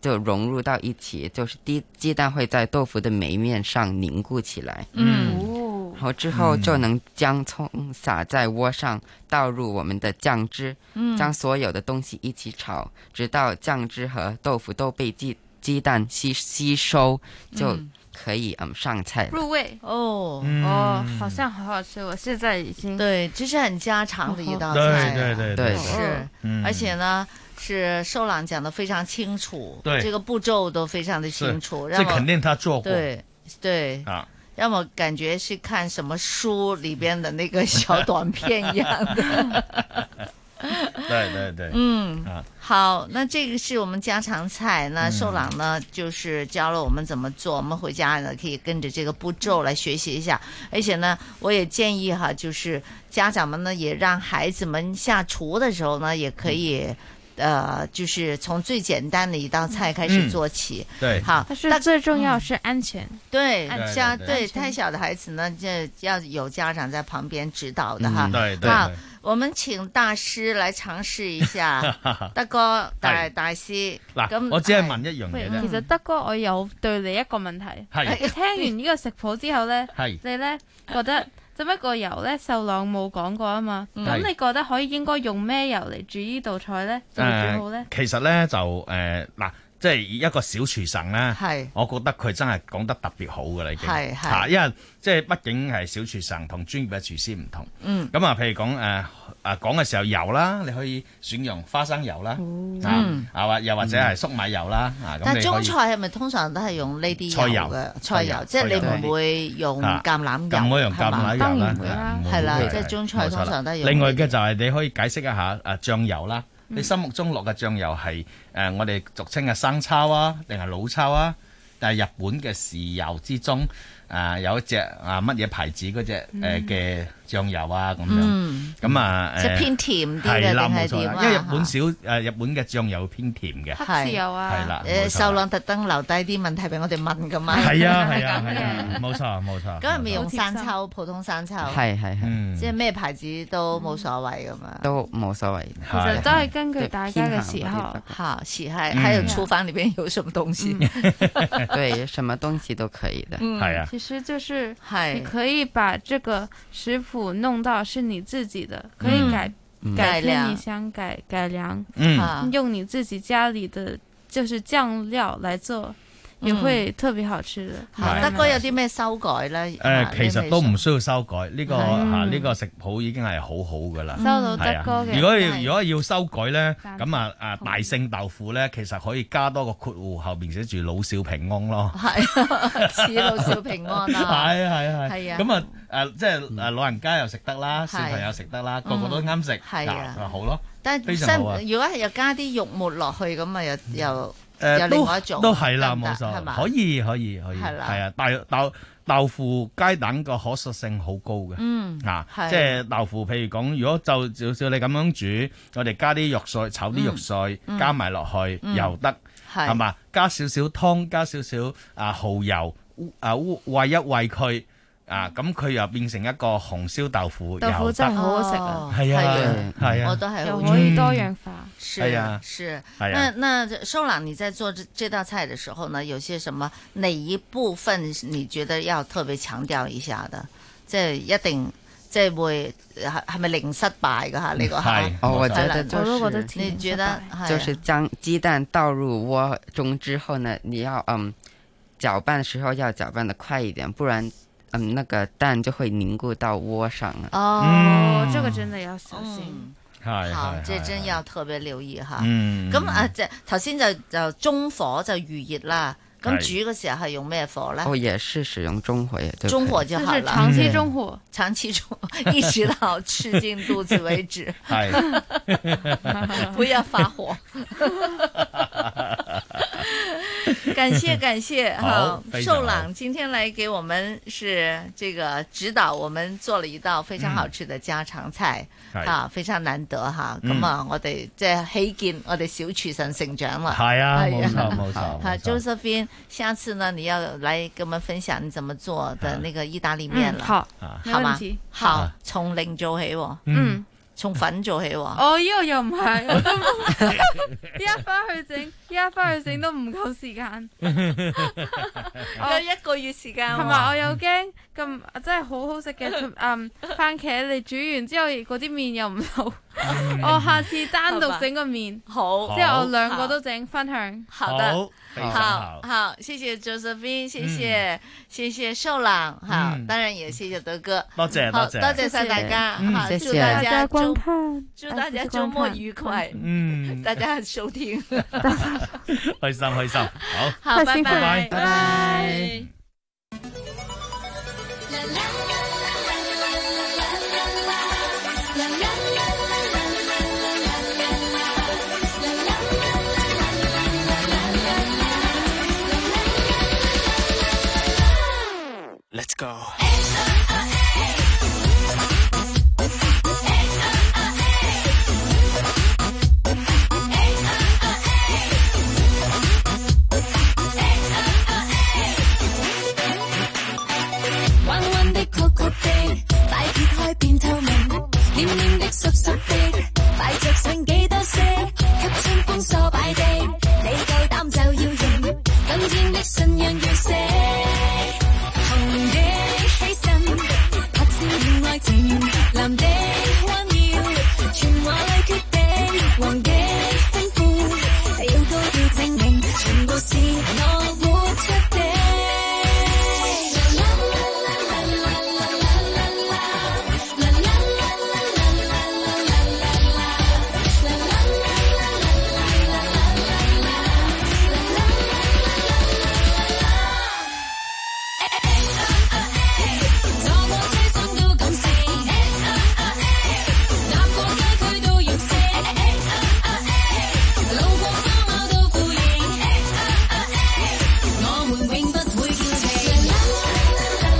就融入到一起，就是鸡鸡蛋会在豆腐的每面上凝固起来，
嗯
哦， 然后之后就能将葱撒在锅上，倒入我们的酱汁，
嗯
将所有的东西一起炒，直到酱汁和豆腐都被鸡鸡蛋吸吸收，就
嗯
可以嗯上菜了。
入味
哦
嗯
哦，好像很好吃，我现在已经
对，这是很家常的一道
对
菜啊，
对对对对
是，
嗯
而且呢。是寿郎讲的非常清楚，
对
这个步骤都非常的清
啊是
楚，让
这
我
肯定他做过。
对对，
啊，
让我感觉是看什么书里边的那 个小短片一样的。
对对对，
嗯
啊，
好，那这个是我们家常菜。那
嗯
寿朗呢，就是教了我们怎么做。我们回家呢，可以跟着这个步骤来学习一下。而且呢，我也建议哈，就是家长们呢，也让孩子们下厨的时候呢，也可以。
嗯
呃，就是从最简单的一道菜开始
嗯
做起，
对
好，嗯
但是最重要是安全，
对
安，全
像
安
对
全
太小的孩子呢，这要有家长在旁边指导的哈。
嗯对对
好
对，。
我们请大师来尝试一下 德啊哥，大
啊係
大師，
嗱，我只係問一樣
喂
嘢啫
其。實德哥，我有對你一個問題。
係
聽哎完呢個食譜之後呢，
係
你呢覺得做乜個油呢？秀朗冇講過啊嘛。
嗯
咁
係
你覺得可以應該用咩油嚟煮呢道菜呢？就
誒
煮好呢？
其實咧就誒嗱、即係一個小廚神咧
係，
我覺得佢真係講得特別好㗎啦，已經
係係
嚇因為即係畢竟係小廚神同專業嘅廚師唔同。
嗯
咁啊，譬如講誒啊講嘅時候油啦，你可以選用花生油啦，啊
嗯
啊或又或者係粟米油啦，啊咁
但
你
中
可以
菜係咪通常都係用呢啲
菜
油
油
嘅菜
菜油
油？即係
菜油
你唔會用
啊
橄欖油，
咁我用
係
橄
嘛
欖
當
油
然
啦
唔會啦，
唔會
係啦
嘅，
即係中
冇
菜
錯啦
通常都係用。
另外嘅就係你可以解釋一下誒醬油啦，
嗯
你心目中落嘅醬油係誒我哋俗稱嘅生抽啊，定係老抽啊？但係日本嘅豉油之中誒有一隻啊乜嘢牌子嗰隻誒嘅醬油啊咁樣，
嗯，
咁啊
即係
誒
偏甜啲嘅
係啦
定係
冇錯
點啊
啦，因為日本少誒日本嘅醬油偏甜嘅，
係
係啦，
誒
冇錯
秀朗特登留低啲問題俾我哋問㗎嘛。
係啊 係啊係啊，冇錯冇錯。
咁係咪用生抽？普通生抽
係係係，
即係咩牌子都冇所謂咁嘛。
都冇所謂。
其
哎
實都係根據
對
大家嘅
偏
喜
鹹嗰啲
好
得㗎
好喜好還有廚房裡面有什麼東
嗯
西
对，什么东西都可以的。
嗯，其实就是
嗨
你可以把这个食谱弄到是你自己的，可以
嗯
改、
嗯
改
改良
天你想改改良，
嗯啊
用你自己家里的就是酱料来做，也
嗯
会特别好吃的。
哎
係
德哥有啲咩修改咧？
誒、呃其實都唔需要修改，呢、個嚇
係
呢、個食譜已經係好好噶啦。
收到
係啊
德哥嘅
如果
係
要如果要修改咧，咁啊啊大聖豆腐咧，其實可以加多個括弧，後邊寫住老少平安咯。
係似老少平安 啊！
係係係。
係啊嗯
咁啊誒，即係誒老人家又食得啦，小朋友食得啦，個個都啱食，
係啊
嗱好咯。
但
非
係
常好啊
新如果係又加啲肉末落去咁啊，又又
誒
有另外一種
都都係啦，
得唔得
冇
係嘛
錯，可以可以可以，
係啦
係啊，豆豆豆腐雞蛋個可塑性好高嘅，
嗯
啊，
係
即係豆腐，譬如講，如果就照照你咁樣煮，我哋加啲肉碎，炒啲肉碎
嗯，
加埋落去
嗯
又得，
係
係 嘛？加少少湯，加少少啊蠔油，烏啊烏煨一煨佢。啊，咁佢又變成一個紅燒豆腐，
豆腐
又
真係
得
好好食啊
哎
係啊，係啊，
我都係好
又
中意
可以多樣化。
是、
哎
係啊
是。
係啊
那那寿朗，你在做这这道菜的时候呢，有些什么哪一部分你觉得要特别强调一下的？即係一定。即係會係係咪零失敗㗎嚇？呢個嚇
係哦我覺得
係啦
就是我都覺得挺
你覺得係啊
就是将鸡蛋倒入窝中之后呢，你要嗯搅拌的时候要搅拌的快一点，不然嗯那个蛋就会凝固到窝上啊了。
嗯
哦，这个真的要小心。
係
好，即係
嗯係
真有特別留意嚇。
嗯
咁啊，即係頭先就就中火就預熱啦。咁
係
煮嘅時候係用咩火咧？
哦，也是使用中火也对不对。嗯
中火就好了。
長期
中火，長期中火，一直到吃进肚子為止。
係
不要發火。感谢感谢
好
哈
非，常好
寿朗今天来给我们是这个指导，我们做了一道非常好吃的家常菜，
嗯係
啊，非常難得哈。
嗯
咁啊，我哋即係喜見我哋小廚神成長啦。哎
係啊
係
冇錯冇錯
好
冇錯
，Josephine，下次呢你要来跟我们分享你怎么做的那个意大利面
嗯
了，
好
啊
沒
好
問
嗎
題？
好
好，
從零做起喎，
嗯，哦
從粉做起喎。
我呢個又唔係，我都冇 一翻去整，一翻去整都唔夠時間。
有一個月時間喎
同埋我又驚咁真係好好食 嘅，嗯，番茄你煮完之後嗰啲面又唔好，我下次單獨整個面，
嗯好
之後我兩個都整分享。
好的，好，嗯好，谢谢 Josephine，谢谢，谢谢寿朗，好，
嗯
当然也谢谢德哥，
多謝
好
多謝
多謝晒大家，
嗯
好，
謝
祝
謝大
大家
家
周
觀看
祝大
哎
家周末愉快，
嗯，
大家 收听，
开心开心，好，
好，拜
拜
拜，
拜。
Let's go.
One one the coco day，快揭開變透明，黏黏的濕濕的，快着上幾多色，給春風所擺地，你夠膽就要贏，今天的信仰要寫紅的起身，拍照戀愛情，藍的彎腰，全話裏決定，黃的豐富，要高調證明，全部是我活出的。坐火車心都咁死，搭過街區都要死，路過花馬都呼應，我們永不會叫停。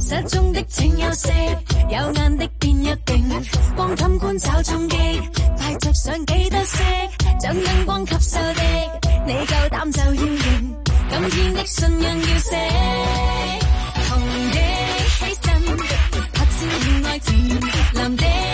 失蹤的請休息，有眼的變一定，光感官找衝擊，快着上幾多色，將燈光吸收的，你夠膽就要贏，今天的信仰要寫。紅的起身，拍照戀愛情，藍的